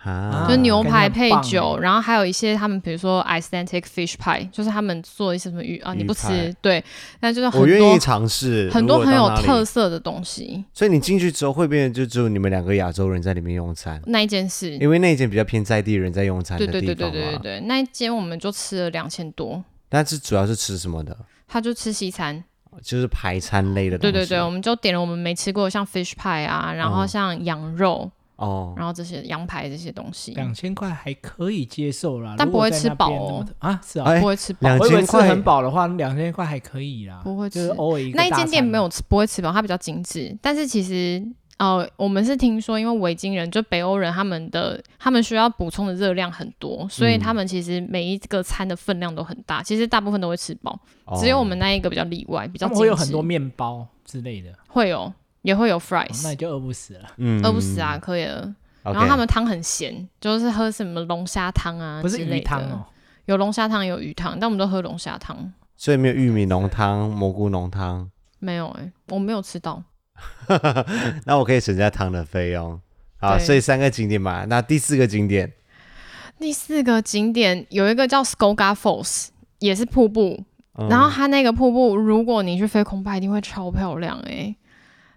Speaker 1: 啊，
Speaker 2: 就是牛
Speaker 3: 感觉
Speaker 2: 排
Speaker 3: 很
Speaker 2: 配
Speaker 3: 棒
Speaker 2: 酒，
Speaker 3: 欸
Speaker 2: 然后还有一些他们比如说 Icelandic fish pie，就是他们做一些什么鱼啊，你
Speaker 1: 鱼
Speaker 2: 不
Speaker 1: 派
Speaker 2: 吃，对，那就是
Speaker 1: 我
Speaker 2: 很
Speaker 1: 愿意
Speaker 2: 多
Speaker 1: 尝试
Speaker 2: 很多很有特
Speaker 1: 色。
Speaker 2: 色的东西。
Speaker 1: 所以你进去之后会变成就只有你们两个亚洲人在里面用餐，
Speaker 2: 那一件事，
Speaker 1: 因为那一间比较偏在地人在用餐的
Speaker 2: 对
Speaker 1: 地方
Speaker 2: 对
Speaker 1: 嘛。
Speaker 2: 对对对对对，那一间我们就吃了两千多，
Speaker 1: 但是主要是吃什么的？
Speaker 2: 他就吃西餐，
Speaker 1: 就是排餐类的东
Speaker 2: 对
Speaker 1: 西。啊
Speaker 2: 对对，我们就点了我们没吃过的像 fish pie 啊，然后
Speaker 1: 嗯
Speaker 2: 像羊肉，
Speaker 1: 哦，
Speaker 2: 然后这些羊排这些东西，
Speaker 3: 两千块还可以接受啦，
Speaker 2: 但
Speaker 3: 如果
Speaker 2: 不会
Speaker 3: 在
Speaker 2: 吃
Speaker 3: 那边
Speaker 2: 饱
Speaker 3: 那么
Speaker 2: 哦
Speaker 3: 多啊，是啊，
Speaker 1: 哎
Speaker 2: 不会吃饱，
Speaker 1: 两
Speaker 3: 我以为
Speaker 1: 千
Speaker 3: 吃
Speaker 1: 块
Speaker 3: 很饱的话，两千块还可以啦，
Speaker 2: 不会
Speaker 3: 就是
Speaker 2: 吃。
Speaker 3: 偶尔一个
Speaker 2: 那一
Speaker 3: 大
Speaker 2: 间店
Speaker 3: 餐
Speaker 2: 没有
Speaker 3: 啊，
Speaker 2: 吃不会吃饱，它比较精致，但是其实。呃，我们是听说，因为维京人就北欧人，他们的他们需要补充的热量很多，所以
Speaker 1: 嗯
Speaker 2: 他们其实每一个餐的分量都很大。其实大部分都会吃饱，
Speaker 1: 哦
Speaker 2: 只有我们那一个比较例外，比较
Speaker 3: 他
Speaker 2: 精
Speaker 3: 们
Speaker 2: 致。
Speaker 3: 会有很多面包之类的，哦
Speaker 2: 会有，也会有 fries，
Speaker 3: 那你就饿不死了。
Speaker 1: 嗯
Speaker 2: 饿不死啊，。可以了。
Speaker 1: 然
Speaker 2: 然后他们汤很咸，就是喝什么龙虾汤啊，
Speaker 3: 不是鱼汤哦，，
Speaker 2: 有龙虾汤有鱼汤，但我们都喝龙虾汤。
Speaker 1: 所以没有玉米浓汤、蘑菇浓汤，
Speaker 2: 没有哎、我没有吃到。
Speaker 1: 那我可以省下汤的费用。好，
Speaker 2: 对
Speaker 1: 所以三个景点嘛，那第四个景点
Speaker 2: 第四个景点有一个叫 Skoga Falls，也是瀑布，
Speaker 1: 嗯
Speaker 2: 然后它那个瀑布，如果你去飞空拍，一定会超漂亮哎、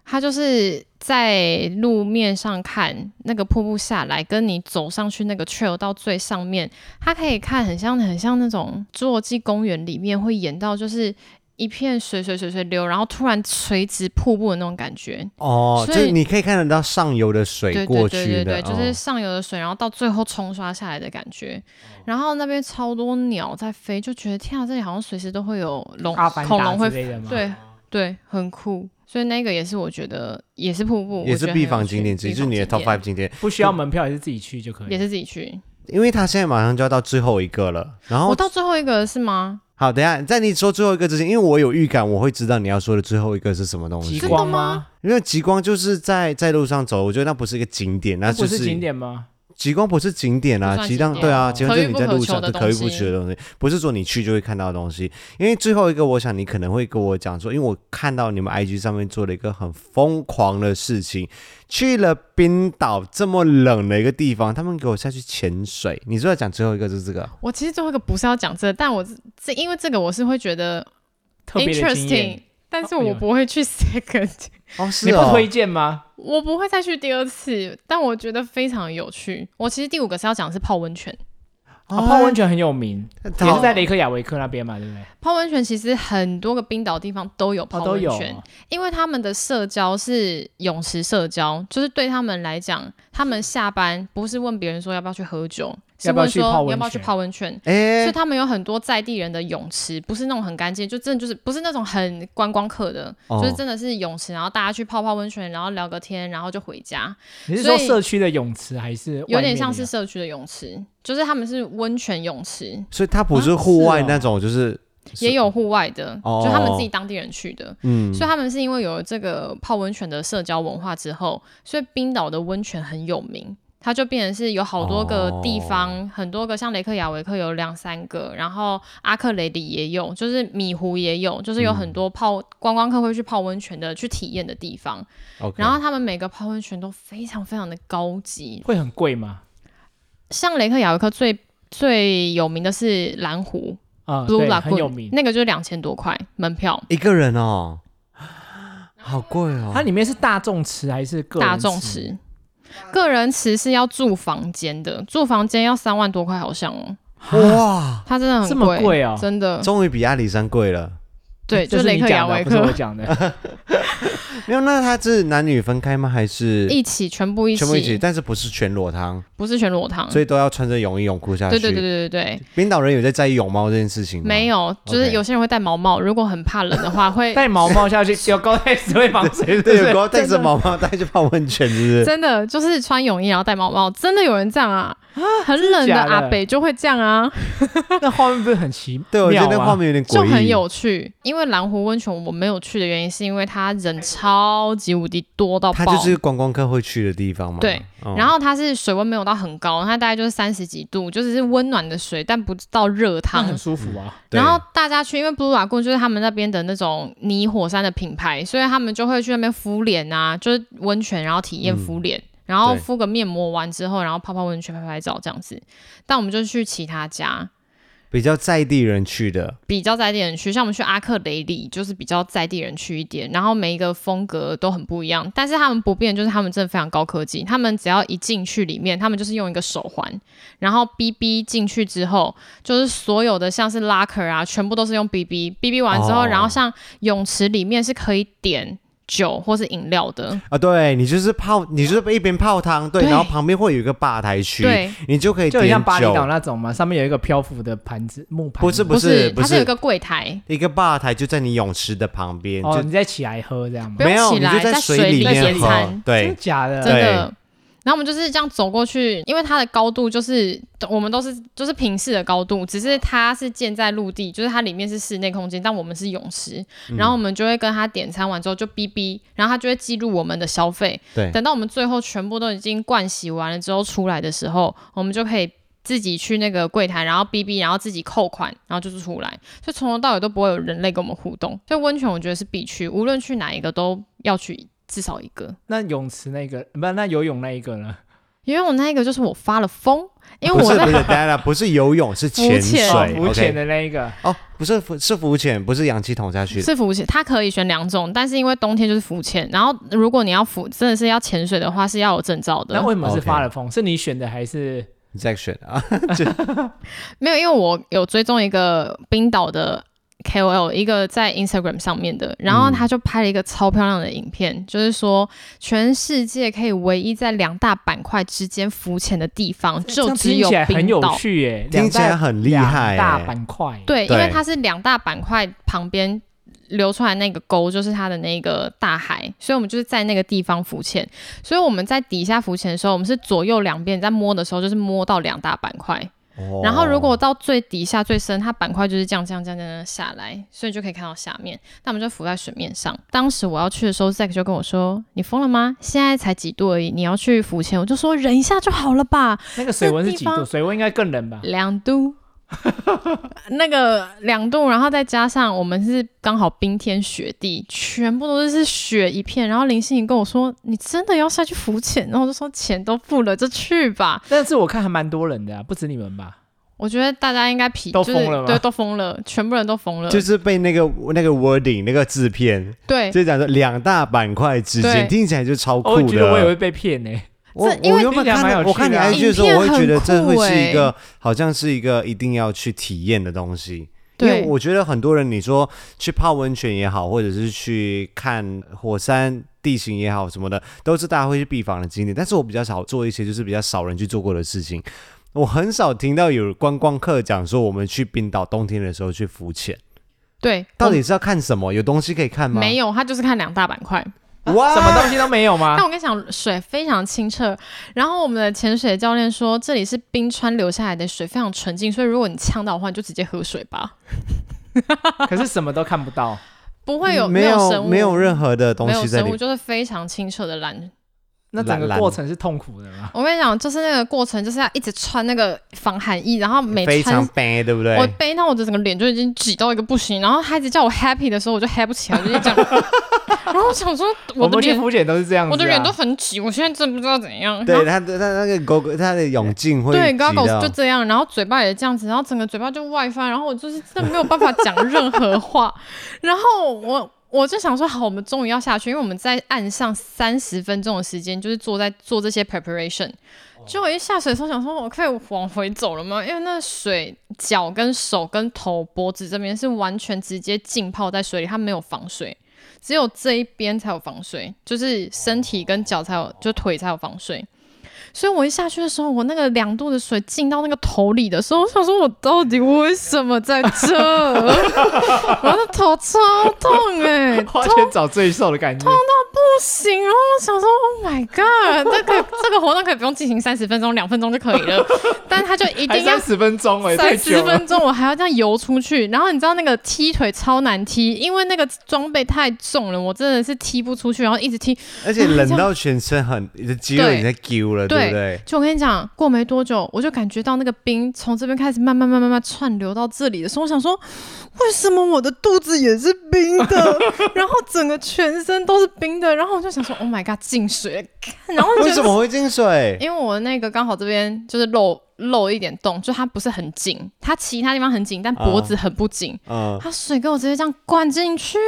Speaker 2: 它就是在路面上看那个瀑布下来，跟你走上去那个 trail 到最上面，它可以看很像很像那种侏罗纪公园里面会演到，就是一片水水水水流，然后突然垂直瀑布的那种感觉。
Speaker 1: 哦，就
Speaker 2: 所以
Speaker 1: 是你可以看得到上游的水
Speaker 2: 对
Speaker 1: 过
Speaker 2: 对对
Speaker 1: 去
Speaker 2: 对
Speaker 1: 的，
Speaker 2: 对，就
Speaker 1: 哦
Speaker 2: 是上游的水，然后到最后冲刷下来的感觉。然后那边超多鸟在飞，就觉得天啊，这里好像随时都会有龙
Speaker 3: 阿凡
Speaker 2: 恐龙
Speaker 3: 达
Speaker 2: 会
Speaker 3: 之类的吗？
Speaker 2: 哦对对，很酷。所以那个也是我觉得也是瀑布，
Speaker 1: 也
Speaker 2: 我觉
Speaker 1: 是
Speaker 2: 得
Speaker 1: 必
Speaker 2: 很有
Speaker 1: 访
Speaker 2: 趣
Speaker 1: 景点之一，就是你的
Speaker 2: 必访
Speaker 1: top five 景点，
Speaker 3: 不需要门票，也是自己去就可以。
Speaker 2: 也是自己去。
Speaker 1: 因为它现在马上就要到最后一个了。然后
Speaker 2: 我到最后一个是吗？
Speaker 1: 好，等一下在你说最后一个之前，因为我有预感我会知道你要说的最后一个是什么东
Speaker 3: 极
Speaker 1: 西
Speaker 2: 真。的
Speaker 3: 光
Speaker 2: 吗
Speaker 3: 吗？
Speaker 1: 因为极光就是在在路上走，我觉得那不是一个景点，那
Speaker 3: 那
Speaker 1: 就
Speaker 3: 不是景点吗？
Speaker 1: 极光不是景点
Speaker 2: 不
Speaker 1: 啊，
Speaker 2: 算
Speaker 1: 极
Speaker 2: 景
Speaker 1: 光
Speaker 2: 点
Speaker 1: 对啊，
Speaker 3: 哦
Speaker 1: 极光就是
Speaker 2: 可遇
Speaker 1: 你
Speaker 2: 不
Speaker 1: 在
Speaker 2: 可
Speaker 1: 路
Speaker 2: 求
Speaker 1: 上
Speaker 2: 的
Speaker 1: 就可遇
Speaker 2: 东
Speaker 1: 不
Speaker 2: 西
Speaker 1: 求的东西，不是说你去就会看到的东西。因为最后一个，我想你可能会跟我讲说，因为我看到你们 IG 上面做了一个很疯狂的事情，去了冰岛这么冷的一个地方，他们给我下去潜水。你是要讲最后一个就是这个？
Speaker 2: 我其实最后一个不是要讲这个但我这这因为这个我是会觉得
Speaker 3: 特别的经
Speaker 2: interesting，
Speaker 3: 验，
Speaker 2: 但是
Speaker 3: 哦哎
Speaker 2: 我
Speaker 3: 呦
Speaker 2: 不会去 second，
Speaker 1: 哦，是
Speaker 3: 你不
Speaker 1: 哦，
Speaker 3: 推荐吗？
Speaker 2: 我不会再去第二次，但我觉得非常有趣。我其实第五个是要讲的是泡温泉，
Speaker 1: 哦
Speaker 3: 啊泡温泉很有名，
Speaker 1: 泉
Speaker 3: 也是在雷克雅维克那边嘛，对不对？
Speaker 2: 泡温泉其实很多个冰岛地方都有泡
Speaker 3: 哦，都
Speaker 2: 温
Speaker 3: 有
Speaker 2: 泉，
Speaker 3: 哦。
Speaker 2: 因为他们的社交是泳池社交，就是对他们来讲，他们下班不是问别人说要不要去喝酒，是
Speaker 3: 要不要
Speaker 2: 问
Speaker 3: 去
Speaker 2: 说
Speaker 3: 泡温
Speaker 2: 要不要去
Speaker 3: 泉
Speaker 2: 泡温泉。所
Speaker 1: 哎
Speaker 2: 以，他们有很多在地人的泳池，不是那种很干净，就真的就是不是那种很观光客的，
Speaker 1: 哦
Speaker 2: 就是真的是泳池，然后大家去泡泡温泉，然后聊个天，然后就回家，
Speaker 3: 你是
Speaker 2: 所
Speaker 3: 说
Speaker 2: 以
Speaker 3: 社区的泳池还是
Speaker 2: 有
Speaker 3: 外
Speaker 2: 点
Speaker 3: 面
Speaker 2: 像
Speaker 3: 的
Speaker 2: 是社区的泳池，就是他们是温泉泳池，
Speaker 1: 所以它不是
Speaker 3: 啊
Speaker 1: 户
Speaker 3: 是
Speaker 1: 外
Speaker 3: 哦
Speaker 1: 那种，就是
Speaker 2: 也有户外的，
Speaker 1: 哦
Speaker 2: 就他们自己当地人去的。
Speaker 1: 嗯
Speaker 2: 所以他们是因为有了这个泡温泉的社交文化之后，所以冰岛的温泉很有名。它就变成是有好多个地方，
Speaker 3: 哦
Speaker 2: 很多个像雷克雅维克有两三个，然后阿克雷里也有，就是米湖也有，就是有很
Speaker 3: 嗯
Speaker 2: 多泡、观光客会去泡温泉的去体验的地方。
Speaker 1: ，OK，
Speaker 2: 然后他们每个泡温泉都非常非常的高级，
Speaker 3: 会很贵吗？
Speaker 2: 像雷克雅维克最最有名的是蓝湖
Speaker 3: 啊，
Speaker 2: Blue
Speaker 3: 对，很有
Speaker 2: Lagoon，
Speaker 3: 名。
Speaker 2: 那个就是两千多块门票，
Speaker 1: 一个人哦，好贵哦，
Speaker 3: 它里面是大众池还是个人
Speaker 2: 大众
Speaker 3: 池？
Speaker 2: 池。个人池是要住房间的，住房间要三万多块，好像哦，
Speaker 1: 哇，
Speaker 2: 它真的很
Speaker 3: 这么贵哦
Speaker 2: 真的。
Speaker 1: 终于比阿里山贵了。
Speaker 2: 对，
Speaker 3: 这
Speaker 2: 就是雷
Speaker 3: 你
Speaker 2: 克雅
Speaker 3: 讲 的
Speaker 2: 维
Speaker 3: 不是我
Speaker 2: 克，
Speaker 3: 讲的。
Speaker 1: 没有，那它是男女分开吗？还是
Speaker 2: 一起全部一
Speaker 1: 全部一起？
Speaker 2: 起，
Speaker 1: 但是不是全裸汤，
Speaker 2: 不是全裸汤。
Speaker 1: 所以都要穿着泳衣泳裤下去。
Speaker 2: 对对对对对对，
Speaker 1: 冰岛人有在在意泳帽这件事情吗？
Speaker 2: 没
Speaker 1: 有。
Speaker 2: 有，就是有些人会戴毛帽，如果很怕冷的话， 会
Speaker 3: 戴毛帽下去，有高带只会防水，是不
Speaker 1: 对，
Speaker 3: 是
Speaker 1: 有光戴着毛帽， 戴着泡温泉，是不是？
Speaker 2: 真的就是穿泳衣然后戴毛帽，真的有人这样啊，很冷
Speaker 3: 假的
Speaker 2: 阿北就会这样啊，
Speaker 3: 那画面不是很奇妙？啊
Speaker 1: 对，我觉得那画。面有点诡
Speaker 2: 就
Speaker 1: 异，
Speaker 2: 很有趣。因为蓝湖温泉我没有去的原因，是因为它人超级无敌多到
Speaker 1: 它
Speaker 2: 爆
Speaker 1: 就。是观光客会去的地方嘛。
Speaker 2: 对
Speaker 1: 嗯，
Speaker 2: 然后它是水温没有到很高，它大概就是三十几度，就只是温暖的水，但不到热
Speaker 3: 那
Speaker 2: 汤
Speaker 3: 很。舒服啊，
Speaker 1: 嗯对
Speaker 2: 然后大家去，因为 Blue Lagoon 就是他们那边的那种泥火山的品牌，所以他们就会去那边敷脸啊，就是温泉，然后体验敷脸，然后
Speaker 1: 嗯对
Speaker 2: 敷个面膜完之后，然后泡泡温泉、拍拍照这样子。但我们就去其他家
Speaker 1: 比较在地人去的，
Speaker 2: 比较在地人区，像我们去阿克雷里，就是比较在地人区一点，然后每一个风格都很不一样，但是他们不变就是他们真的非常高科技，他们只要一进去里面，他们就是用一个手环，然后 BB 进去之后，就是所有的像是 locker 啊，全部都是用 BB，BB 完之后，
Speaker 1: 哦
Speaker 2: 然后像泳池里面是可以点酒或是饮料的，
Speaker 1: 啊，对你就是泡，你就是一边泡汤，对，
Speaker 2: 对
Speaker 1: 然后旁边会有一个吧台区，
Speaker 2: 对，
Speaker 1: 你就可以
Speaker 3: 就
Speaker 1: 点
Speaker 3: 很
Speaker 1: 酒，
Speaker 3: 像巴厘岛那种嘛，上面有一个漂浮的盘子木盘，
Speaker 1: 不是
Speaker 2: 不
Speaker 1: 是不
Speaker 2: 它是有一个柜台。
Speaker 1: 一个吧台就在你泳池的旁边，
Speaker 3: 哦，
Speaker 1: 就
Speaker 3: 你再起来喝这样吗
Speaker 2: 不？用
Speaker 1: 没有
Speaker 2: 起
Speaker 1: 你就
Speaker 2: 来在水
Speaker 1: 水
Speaker 2: 里
Speaker 1: 面
Speaker 2: 点
Speaker 1: 喝
Speaker 2: 餐，
Speaker 3: 真的
Speaker 1: 对，
Speaker 3: 假的？
Speaker 2: 真
Speaker 1: 对
Speaker 2: 的。然后我们就是这样走过去，因为它的高度就是我们都是就是平视的高度，只是它是建在陆地，就是它里面是室内空间，但我们是泳池。
Speaker 1: 嗯
Speaker 2: 然后我们就会跟他点餐完之后就哔哔，然后他就会记录我们的消费。
Speaker 1: 对
Speaker 2: 等到我们最后全部都已经灌洗完了之后出来的时候，我们就可以。自己去那个柜台，然后哔哔，然后自己扣款，然后就是出来，所以从头到尾都不会有人类跟我们互动。所以温泉我觉得是必去，无论去哪一个都要去至少一个。
Speaker 3: 那泳池那个，不，那游泳那一个呢？
Speaker 2: 因为我那个就是我发了疯，
Speaker 3: 啊
Speaker 2: 因为
Speaker 1: 不
Speaker 2: 我
Speaker 1: 是
Speaker 2: 在
Speaker 1: 不是，当然了，不是游泳，是
Speaker 2: 浮
Speaker 1: 潜水
Speaker 2: 潜
Speaker 3: 哦，
Speaker 1: ，OK
Speaker 3: 浮潜的那一
Speaker 2: 嗯
Speaker 3: 个，
Speaker 1: 哦，不是浮是浮潜，不是氧气筒下去的，
Speaker 2: 是浮潜，它可以选两种，但是因为冬天就是浮潜，然后如果你要浮真的是要潜水的话是要有证照的
Speaker 3: 那。为什么是
Speaker 1: OK
Speaker 3: 发了疯？是你选的还是？
Speaker 1: 你在选啊，
Speaker 2: 没有，因为我有追踪一个冰岛的 KOL，一个在 Instagram 上面的，然后
Speaker 1: 嗯
Speaker 2: 他就拍了一个超漂亮的影片，就是说全世界可以唯一在两大板块之间浮潜的地方，
Speaker 3: 这
Speaker 2: 就
Speaker 3: 样
Speaker 2: 只
Speaker 3: 听起来很
Speaker 2: 冰
Speaker 3: 有
Speaker 2: 岛。
Speaker 3: 趣耶，
Speaker 1: 听起来
Speaker 3: 两大
Speaker 1: 很厉害
Speaker 3: 两大
Speaker 1: 欸，
Speaker 3: 板块，，
Speaker 2: 对，因
Speaker 1: 对
Speaker 2: 为它是两大板块旁边流出来那个沟，就是它的那个大海，所以我们就是在那个地方浮潜。所以我们在底下浮潜的时候，我们是左右两边在摸的时候，就是摸到两大板块。
Speaker 1: 哦
Speaker 2: 然后如果到最底下最深，它板块就是这样这样这样这样这样下来，所以就可以看到下面。那我们就浮在水面上。当时我要去的时候，Zack 就跟我说：“你疯了吗？现在才几度而已，你要去浮潜？”我就说：“忍一下就好了吧。”
Speaker 3: 那个水温是
Speaker 2: 这
Speaker 3: 几
Speaker 2: 地
Speaker 3: 度？
Speaker 2: 方
Speaker 3: 水温应该更冷吧？
Speaker 2: 两度，那个两度，然后再加上我们是刚好冰天雪地，全部都是雪一片。然后林心怡跟我说：“你真的要下去浮潜？”然后我就说：“钱都付了，就去吧。
Speaker 3: 但是我看还蛮多人的啊，不止你们吧？”
Speaker 2: 我觉得大家应该疲，
Speaker 3: 都
Speaker 2: 就是
Speaker 3: 疯了吗
Speaker 2: 对，都疯了，全部人都疯了，
Speaker 1: 哦就是被那个那个 wording 那个字片，
Speaker 2: 对。
Speaker 1: 就讲说两大板块之间，
Speaker 2: 对
Speaker 1: 听起来就超酷
Speaker 3: 哦我
Speaker 1: 的。
Speaker 3: 觉得我也会被骗呢。
Speaker 1: 我
Speaker 2: 这因为
Speaker 1: 我原本
Speaker 3: 听起来
Speaker 1: 看
Speaker 3: 蛮有
Speaker 1: 到
Speaker 3: 趣的
Speaker 1: 我看你
Speaker 3: 啊
Speaker 1: IG 的时候，
Speaker 2: 影片
Speaker 1: 我会觉得
Speaker 2: 很
Speaker 1: 这会
Speaker 2: 酷
Speaker 1: 是一
Speaker 2: 欸
Speaker 1: 个好像是一个一定要去体验的东西。因为
Speaker 2: 对
Speaker 1: 我觉得很多人，你说去泡温泉也好，或者是去看火山地形也好什么的，都是大家会去必访的景点。但是我比较少做一些就是比较少人去做过的事情。我很少听到有观光客讲说我们去冰岛冬天的时候去浮潜，
Speaker 2: 对，
Speaker 1: 到底是要看什么？有东西可以看
Speaker 2: 我
Speaker 1: 吗？啊
Speaker 2: 哦没有，他就是看两大板块。
Speaker 1: 哇，
Speaker 3: 什么东西都没有吗
Speaker 2: 但？我跟你讲，水非常清澈。然后我们的潜水教练说，这里是冰川流下来的水，非常纯净，所以如果你呛到的话，你就直接喝水吧。
Speaker 3: 可是什么都看不到，
Speaker 2: 不会有
Speaker 1: 嗯没
Speaker 2: 有
Speaker 1: 有
Speaker 2: 生物，
Speaker 1: 没有任何的东
Speaker 2: 没有
Speaker 1: 西在
Speaker 2: 生
Speaker 1: 里
Speaker 2: 物，就是非常清澈的蓝。
Speaker 3: 那整个
Speaker 1: 懒懒
Speaker 3: 过程是痛苦的吗？
Speaker 2: 我跟你讲，就是那个过程，就是要一直穿那个防寒衣，然后每
Speaker 1: 非
Speaker 2: 穿
Speaker 1: 常 bad，对不对？
Speaker 2: 我背到我的整个脸就已经挤到一个不行，然后他一直叫我 happy 的时候，我就 happy 不起来，我就一直 这样。然后我想说，我的
Speaker 3: 们去
Speaker 2: 脸，
Speaker 3: 浮潜都是这样子啊，
Speaker 2: 我的脸都很挤，我现在真的不知道怎样。然
Speaker 1: 对
Speaker 2: 后
Speaker 1: 他的他那个狗狗他的泳镜会
Speaker 2: 对
Speaker 1: 挤到
Speaker 2: g o g g l e 就这样，然后嘴巴也这样子，然后整个嘴巴就外翻，然后我就是真的没有办法讲任何话， 然后我。我就想说，好，我们终于要下去，因为我们在岸上三十分钟的时间，就是坐在做这些 preparation。就我一下水的时候，想说我可以往回走了吗？因为那水脚跟手跟头脖子这边是完全直接浸泡在水里，它没有防水，只有这一边才有防水，就是身体跟脚才有，就腿才有防水。所以我一下去的时候，我那个两度的水进到那个头里的时候，我想说，我到底为什么在这？我的头超痛哎、
Speaker 3: 花钱找罪受的感觉，
Speaker 2: 不行哦！我想说，Oh my god，这个这个活动可以不用进行三十分钟，两分钟就可以了。但他就一
Speaker 3: 还
Speaker 2: 定要
Speaker 3: 三十分钟哎、欸，太
Speaker 2: 三十
Speaker 3: 久了。
Speaker 2: 分钟，我还要这样游出去。然后你知道那个踢腿超难踢，因为那个装备太重了，我真的是踢不出去，然后一直踢。
Speaker 1: 而且冷到全身很，你的肌肉
Speaker 2: 对
Speaker 1: 已经在揪了，对
Speaker 2: 对
Speaker 1: 不对？
Speaker 2: 就我跟你讲，过没多久，我就感觉到那个冰从这边开始慢慢慢慢慢慢串流到这里的时候，我想说，为什么我的肚子也是冰的，然后整个全身都是冰的，然后我就想说，Oh my god，进水了，然后我
Speaker 1: 为
Speaker 2: 觉
Speaker 1: 什
Speaker 2: 得
Speaker 1: 么会进水？
Speaker 2: 因为我那个刚好这边就是漏漏一点洞，就它不是很紧，它其他地方很紧，但脖子很不紧，
Speaker 1: 嗯，
Speaker 2: 它水给我直接这样灌进 去。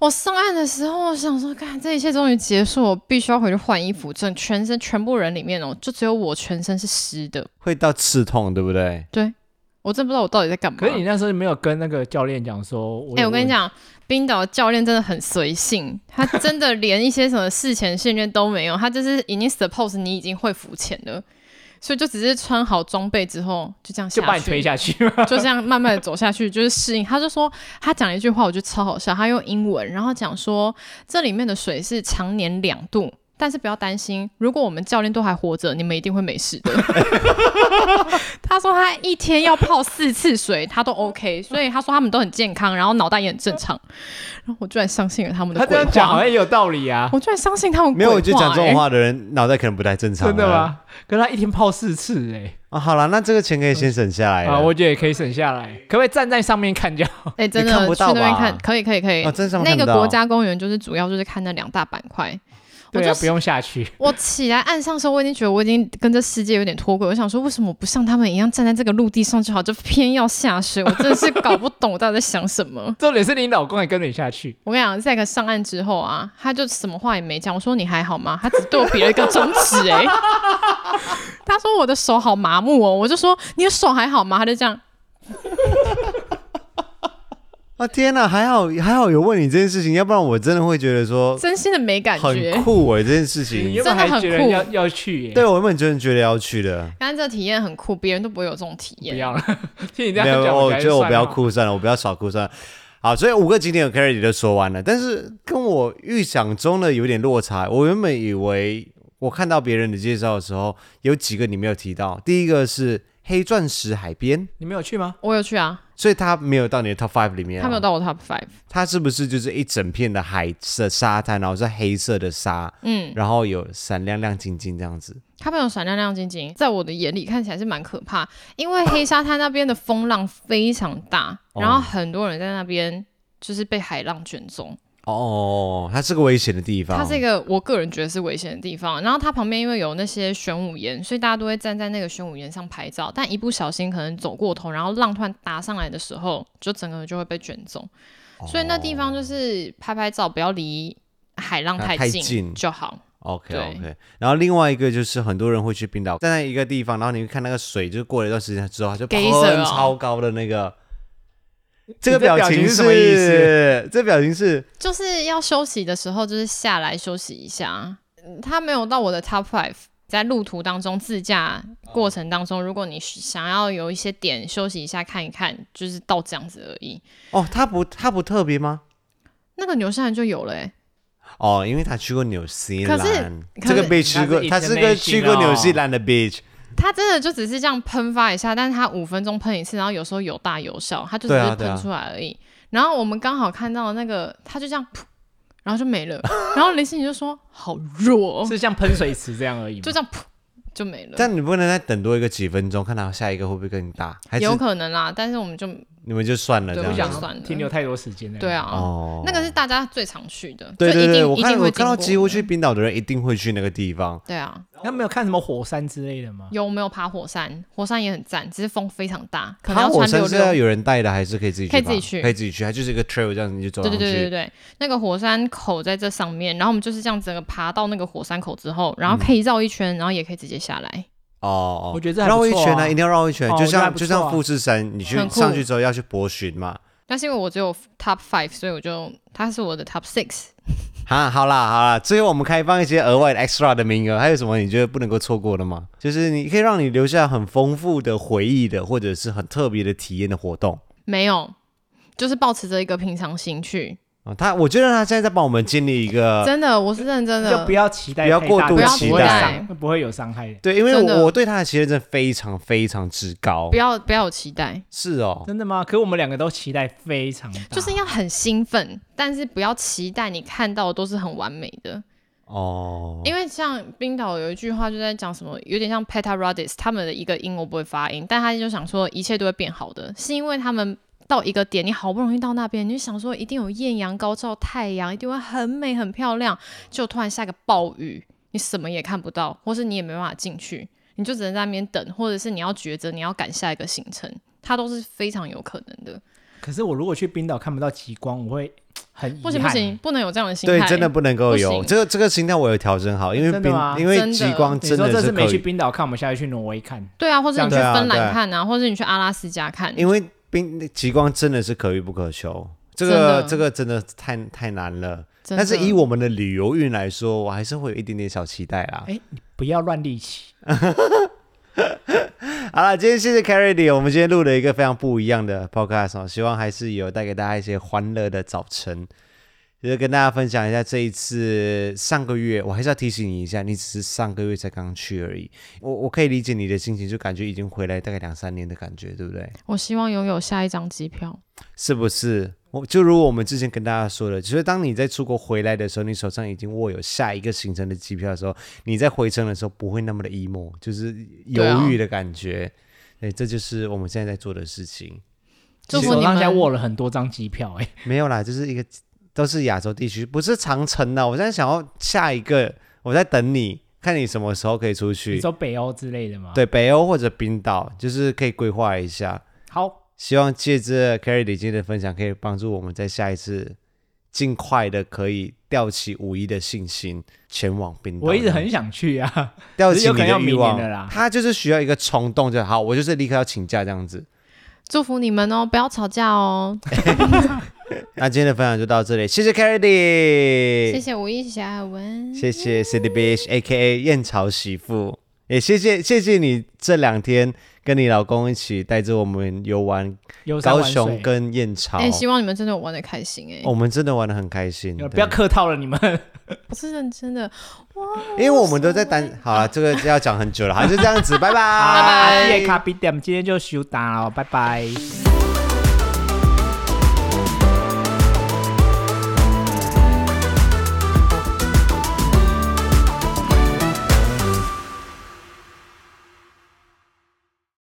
Speaker 2: 我上岸的时候，我想说，看这一切终于结束，我必须要回去换衣服。整全身全部人里面哦，就只有我全身是湿的，
Speaker 1: 会到刺痛，对不对？
Speaker 2: 我真不知道我到底在干嘛。
Speaker 3: 可是你那时候没有跟那个教练讲说，
Speaker 2: 哎、
Speaker 3: 有
Speaker 2: 我跟你
Speaker 3: 问，
Speaker 2: 讲，冰岛教练真的很随 性，他真的连一些什么事前训练都没有，他就是已经 suppose 你已经会浮潜了，所以就只是穿好装备之后就这样
Speaker 3: 就把
Speaker 2: 下
Speaker 3: 你推
Speaker 2: 去，
Speaker 3: 下去嘛。
Speaker 2: 就这样慢慢的走下去，就是适应。他就说他讲了一句话，我觉得超好笑，他用英文，然后讲说这里面的水是常年两度。但是不要担心，如果我们教练都还活着，你们一定会没事的。 他说他一天要泡四次水，他都 OK，所以他说他们都很健康，然后脑袋也很正常。然后我居然相信了他们的
Speaker 3: 他这
Speaker 2: 鬼
Speaker 3: 样讲好
Speaker 2: 话，
Speaker 3: 像也有道理啊，
Speaker 2: 我居然相信他们
Speaker 1: 没
Speaker 2: 鬼话、
Speaker 1: 有，我觉得讲这种
Speaker 2: 欸
Speaker 1: 话的人脑袋可能不太正常。
Speaker 3: 真的？吗？可是他一天泡四次哎、
Speaker 1: 啊，好了，那这个钱可以先省下来了
Speaker 3: 啊，我觉得也可以省下来，可不可以站在上面看就好？
Speaker 2: 哎、真
Speaker 1: 你看
Speaker 2: 的
Speaker 1: 不
Speaker 2: 去
Speaker 1: 到
Speaker 2: 那边
Speaker 1: 吧
Speaker 2: 看，可以可以可以。
Speaker 1: 啊，真上面
Speaker 2: 那
Speaker 1: 看不
Speaker 2: 个
Speaker 1: 到
Speaker 2: 国家公园就是主要就是看那两大板块。我
Speaker 3: 对
Speaker 2: 就
Speaker 3: 啊，
Speaker 2: 是
Speaker 3: 不用下去。。
Speaker 2: 我起来岸上的时候，我已经觉得我已经跟这世界有点脱轨。我想说，为什么不像他们一样站在这个陆地上就好，就偏要下水？我真的是搞不懂我到底在想什么
Speaker 3: 重点是你老公也跟着你下去，
Speaker 2: 我跟你讲，Zack 上岸之后啊，他就什么话也没讲。我说你还好吗？他只对我比了一个中指、哎， 他说我的手好麻木哦。我就说你的手还好吗？他就这样。
Speaker 1: 啊，天哪，还好还好有问你这件事情，要不然我真的会觉得说
Speaker 2: 真心的没感觉
Speaker 1: 很。酷哎、这件事
Speaker 3: 你
Speaker 1: 情
Speaker 2: 真
Speaker 3: 原。本
Speaker 2: 的
Speaker 3: 还
Speaker 2: 很
Speaker 3: 觉得
Speaker 2: 酷
Speaker 3: 要要去耶、
Speaker 1: 对，我原本真的觉得要去的，
Speaker 2: 刚刚这个体验很酷，别人都不会有这种体
Speaker 3: 不
Speaker 2: 验。
Speaker 3: 要了， 听你这
Speaker 1: 没
Speaker 3: 样
Speaker 1: 有，
Speaker 3: 讲，
Speaker 1: 我
Speaker 3: 还
Speaker 1: 觉
Speaker 3: 是
Speaker 1: 得我
Speaker 3: 算
Speaker 1: 不要
Speaker 3: 了。哦
Speaker 1: 哭算了，我不要少哭算了。好，所以五个景点 Carry 都说完了，但是跟我预想中的有点落差。我原本以为我看到别人的介绍的时候，有几个你没有提到。第一个是黑钻石海边，
Speaker 3: 你没有去吗？
Speaker 2: 我有去啊，
Speaker 1: 所以它没有到你的 Top Five 里面、哦
Speaker 2: 他没有，到我 top five。
Speaker 1: 它是不是就是一整片的海的沙滩，然后是黑色的沙，
Speaker 2: 嗯，
Speaker 1: 然后有闪亮亮晶晶这样子？
Speaker 2: 它没有闪亮亮晶晶，在我的眼里看起来是蛮可怕，因为黑沙滩那边的风浪非常大，
Speaker 1: 哦
Speaker 2: 然后很多人在那边就是被海浪卷走，
Speaker 1: 哦，它是个危险的地方。
Speaker 2: 它是一个我个人觉得是危险的地方。然后它旁边因为有那些玄武岩，所以大家都会站在那个玄武岩上拍照，但一不小心可能走过头，然后浪突然打上来的时候，就整个人就会被卷走。
Speaker 1: 哦
Speaker 2: 所以那地方就是拍拍照，不要离海浪
Speaker 1: 啊
Speaker 2: 太
Speaker 1: 太
Speaker 2: 近
Speaker 1: 近
Speaker 2: 就好。
Speaker 1: OK
Speaker 2: 对
Speaker 1: OK，然后另外一个就是很多人会去冰岛，站在一个地方，然后你会看那个水，就是过了一段时间之后，它就
Speaker 2: Geyser
Speaker 1: 喷
Speaker 2: 哦
Speaker 1: 超高的那 个。这
Speaker 3: 你
Speaker 1: 个
Speaker 3: 这表
Speaker 1: 情
Speaker 3: 情是什么意
Speaker 1: 思？这表情是
Speaker 2: 就是要休息的时候，就是下来休息一下。嗯他没有到我的 top five，在路途当中自驾过程当
Speaker 1: 嗯
Speaker 2: 中，如果你想要有一些点休息一下看一看，就是到这样子而已。
Speaker 1: 哦，它不它不特别吗？
Speaker 2: 那个纽西兰就有了、欸，
Speaker 1: 哦，因为他去过纽西
Speaker 2: 可是
Speaker 1: 兰，
Speaker 2: 可
Speaker 1: 这个
Speaker 2: 是
Speaker 1: beach 去过，他
Speaker 3: 它
Speaker 1: 是
Speaker 3: 是
Speaker 1: 个去过
Speaker 3: international
Speaker 1: 纽西兰的 beach，
Speaker 2: 它真的就只是这样喷发一下，但是它五分钟喷一次，然后有时候有大有小，它就只
Speaker 1: 对啊
Speaker 2: 是
Speaker 1: 对啊
Speaker 2: 喷出来而已。然后我们刚好看到那个，它就这样噗，然后就没 了。然后林心怡就说：“好弱、哦，
Speaker 3: 是像喷水池这样而已吗
Speaker 2: 就这样噗就没了。”
Speaker 1: 但你不能再等多一个几分钟，看他下一个会不会更大，还是
Speaker 2: 有可能啦，但是我们就
Speaker 1: 你们就算了这
Speaker 2: 对
Speaker 1: 样子？
Speaker 2: 就
Speaker 3: 不想
Speaker 2: 算了
Speaker 3: 停留太多时间了。
Speaker 2: 对啊，
Speaker 1: 哦，
Speaker 2: 那个是大家最常去的，
Speaker 1: 对
Speaker 2: 就
Speaker 1: 对
Speaker 2: 一
Speaker 1: 对，
Speaker 2: 定
Speaker 1: 我
Speaker 2: 一
Speaker 1: 看
Speaker 2: 定
Speaker 1: 我
Speaker 2: 会
Speaker 1: 看到
Speaker 2: 经
Speaker 1: 几乎
Speaker 2: 过
Speaker 1: 去
Speaker 2: 的。
Speaker 1: 冰岛的人一定会去那个地方，
Speaker 2: 对啊，
Speaker 3: 那没有看什么火山之类的吗？
Speaker 2: 有没有爬火山？火山也很赞，只是风非常大，可能
Speaker 1: 爬
Speaker 2: 要
Speaker 1: 火
Speaker 2: 穿
Speaker 1: 山
Speaker 2: 六
Speaker 1: 是要
Speaker 2: 六。
Speaker 1: 有人带的，还是可以自己去爬？
Speaker 2: 可以自己去
Speaker 1: 可以自己去，它就是一个 trail 这样子，你就走
Speaker 2: 对
Speaker 1: 上
Speaker 2: 对
Speaker 1: 去。
Speaker 2: 对对对，那个火山口在这上面，然后我们就是这样整个爬到那个火山口之后，
Speaker 1: 嗯
Speaker 2: 然后可以绕一圈，然后也可以直接下来。
Speaker 1: 哦哦，
Speaker 3: 我觉得这还
Speaker 1: 绕
Speaker 3: 不
Speaker 1: 一
Speaker 3: 错啊
Speaker 1: 圈啊，一定要绕一圈，
Speaker 3: 哦
Speaker 1: 就
Speaker 3: 我觉得还
Speaker 1: 像
Speaker 3: 不
Speaker 1: 就
Speaker 3: 错啊
Speaker 1: 像富士山，你去
Speaker 2: 很酷
Speaker 1: 上去之后要去博巡嘛，
Speaker 2: 但是因为我只有 top five，所以我就他是我的 top six。
Speaker 1: 啊，好啦好啦，最后我们开放一些额外的 extra 的名额，还有什么你觉得不能够错过的吗？就是你可以让你留下很丰富的回忆的，或者是很特别的体验的活动
Speaker 2: 没有，就是保持着一个平常心去。
Speaker 1: 啊。他，我觉得他现在在帮我们建立一个
Speaker 2: 真的，我是认真
Speaker 3: 就
Speaker 2: 的
Speaker 3: 不。要期待
Speaker 1: 呃不要
Speaker 3: 太
Speaker 1: 过
Speaker 3: 大
Speaker 1: 度
Speaker 3: 不要
Speaker 2: 期
Speaker 3: 不会
Speaker 2: 待
Speaker 3: 伤不会有伤害的。
Speaker 1: 对，因为
Speaker 2: 真的
Speaker 1: 我我对他的期待真的非常非常之高
Speaker 2: 不。要不要有期待，
Speaker 1: 是哦，
Speaker 3: 真的吗？可我们两个都期待非常
Speaker 1: 啊
Speaker 3: 大，
Speaker 2: 就是要很兴奋，但是不要期待你看到的都是很完美的。
Speaker 1: 哦，
Speaker 2: 因为像冰岛有一句话就在讲什么，有点像 Peta Radis 他们的一个音我不会发音，但他就想说一切都会变好的，是因为他们到一个点，你好不容易到那边，你就想说一定有艳阳高照太阳，一定会很美很漂亮，就突然下个暴雨，你什么也看不到，或是你也没办法进去，你就只能在那边等，或者是你要抉择你要赶下一个行程，它都是非常有可能的。
Speaker 3: 可是我如果去冰岛看不到极光，我会很遗
Speaker 2: 不行不
Speaker 3: 憾
Speaker 2: 行，，不能有这样的心
Speaker 1: 对，
Speaker 2: 态，
Speaker 1: 真的不能够
Speaker 2: 不
Speaker 1: 有
Speaker 2: 行
Speaker 1: 这个这个心态，我有调整好，因为
Speaker 3: 真的
Speaker 1: 冰
Speaker 3: 吗
Speaker 1: 因为
Speaker 2: 真的
Speaker 1: 极光
Speaker 3: 你
Speaker 1: 真
Speaker 3: 说
Speaker 1: 的
Speaker 3: 这次
Speaker 1: 是
Speaker 3: 没
Speaker 1: 可
Speaker 3: 去
Speaker 1: 以，
Speaker 3: 冰岛看，我们下次去挪威看。
Speaker 2: 对啊，或者你去
Speaker 1: 这样
Speaker 2: 芬
Speaker 1: 对啊对啊
Speaker 2: 兰看啊，或者你去阿拉斯加看，
Speaker 1: 因为冰极光真的是可遇不可求，这
Speaker 2: 真
Speaker 1: 个
Speaker 2: 的
Speaker 1: 这个真的太太难了。
Speaker 2: 真
Speaker 1: 但是
Speaker 2: 的
Speaker 1: 以我们的旅游运来说，我还是会有一点点小期待啦。
Speaker 3: 哎不要乱立起，
Speaker 1: 好了，今天谢谢 Carrie，我们今天录了一个非常不一样的 podcast 哦，希望还是有带给大家一些欢乐的早晨。就是跟大家分享一下这一次上个月，我还是要提醒你一下，你只是上个月才刚去而已。我我可以理解你的心情，就感觉已经回来大概两三年的感觉，对不对？
Speaker 2: 我希望拥有下一张机票。
Speaker 1: 是不是？我就如我们之前跟大家说的，就是当你在出国回来的时候，你手上已经握有下一个行程的机票的时候，你在回程的时候不会那么的 emo，就是犹
Speaker 2: 对啊
Speaker 1: 豫的感觉。对，这就是我们现在在做的事情。
Speaker 2: 祝
Speaker 3: 其
Speaker 2: 福
Speaker 3: 实我
Speaker 2: 你
Speaker 3: 刚才
Speaker 2: 们！
Speaker 3: 握了很多张机票，哎，
Speaker 1: 没有啦，就是一个都是亚洲地区，不是长城的。我现在想要下一个，我在等你，看你什么时候可以出
Speaker 3: 你
Speaker 1: 去。
Speaker 3: 说北欧之类的吗？，
Speaker 1: 对，北欧或者冰岛，就是可以规划一下。
Speaker 3: 好，
Speaker 1: 希望借着 Carrie 李今天的分享，可以帮助我们在下一次尽快的可以吊起五一的信心，前往冰岛。
Speaker 3: 我一直很想去啊，
Speaker 1: 吊起
Speaker 3: 有
Speaker 1: 你
Speaker 3: 可能要
Speaker 1: 的欲
Speaker 3: 明年
Speaker 1: 望
Speaker 3: 了啦
Speaker 1: 他就是需要一个冲动就好，我就是立刻要请假这样子。
Speaker 2: 祝福你们哦，不要吵架哦。
Speaker 1: 那今天的分享就到这里，谢谢 Carrie 李
Speaker 2: 谢谢吴一，谢谢艾文，
Speaker 1: 谢谢 City Beach A K A 燕巢媳妇，也谢谢谢谢你这两天跟你老公一起带着我们游玩
Speaker 3: 游山
Speaker 1: 高
Speaker 3: 玩水
Speaker 1: 雄跟燕巢，
Speaker 2: 哎、希望你们真的有玩的开心哎、
Speaker 1: 我
Speaker 3: 哦
Speaker 1: 们真的玩的很开心。
Speaker 3: 不要
Speaker 1: 嗯对
Speaker 3: 客套了，你们
Speaker 2: 不是认真的，
Speaker 1: 因为我们都在单，好啊了，这个 要讲很久了，好，就这样子，拜拜，
Speaker 3: 啊，谢谢咖啡店，今天就休档了，拜拜。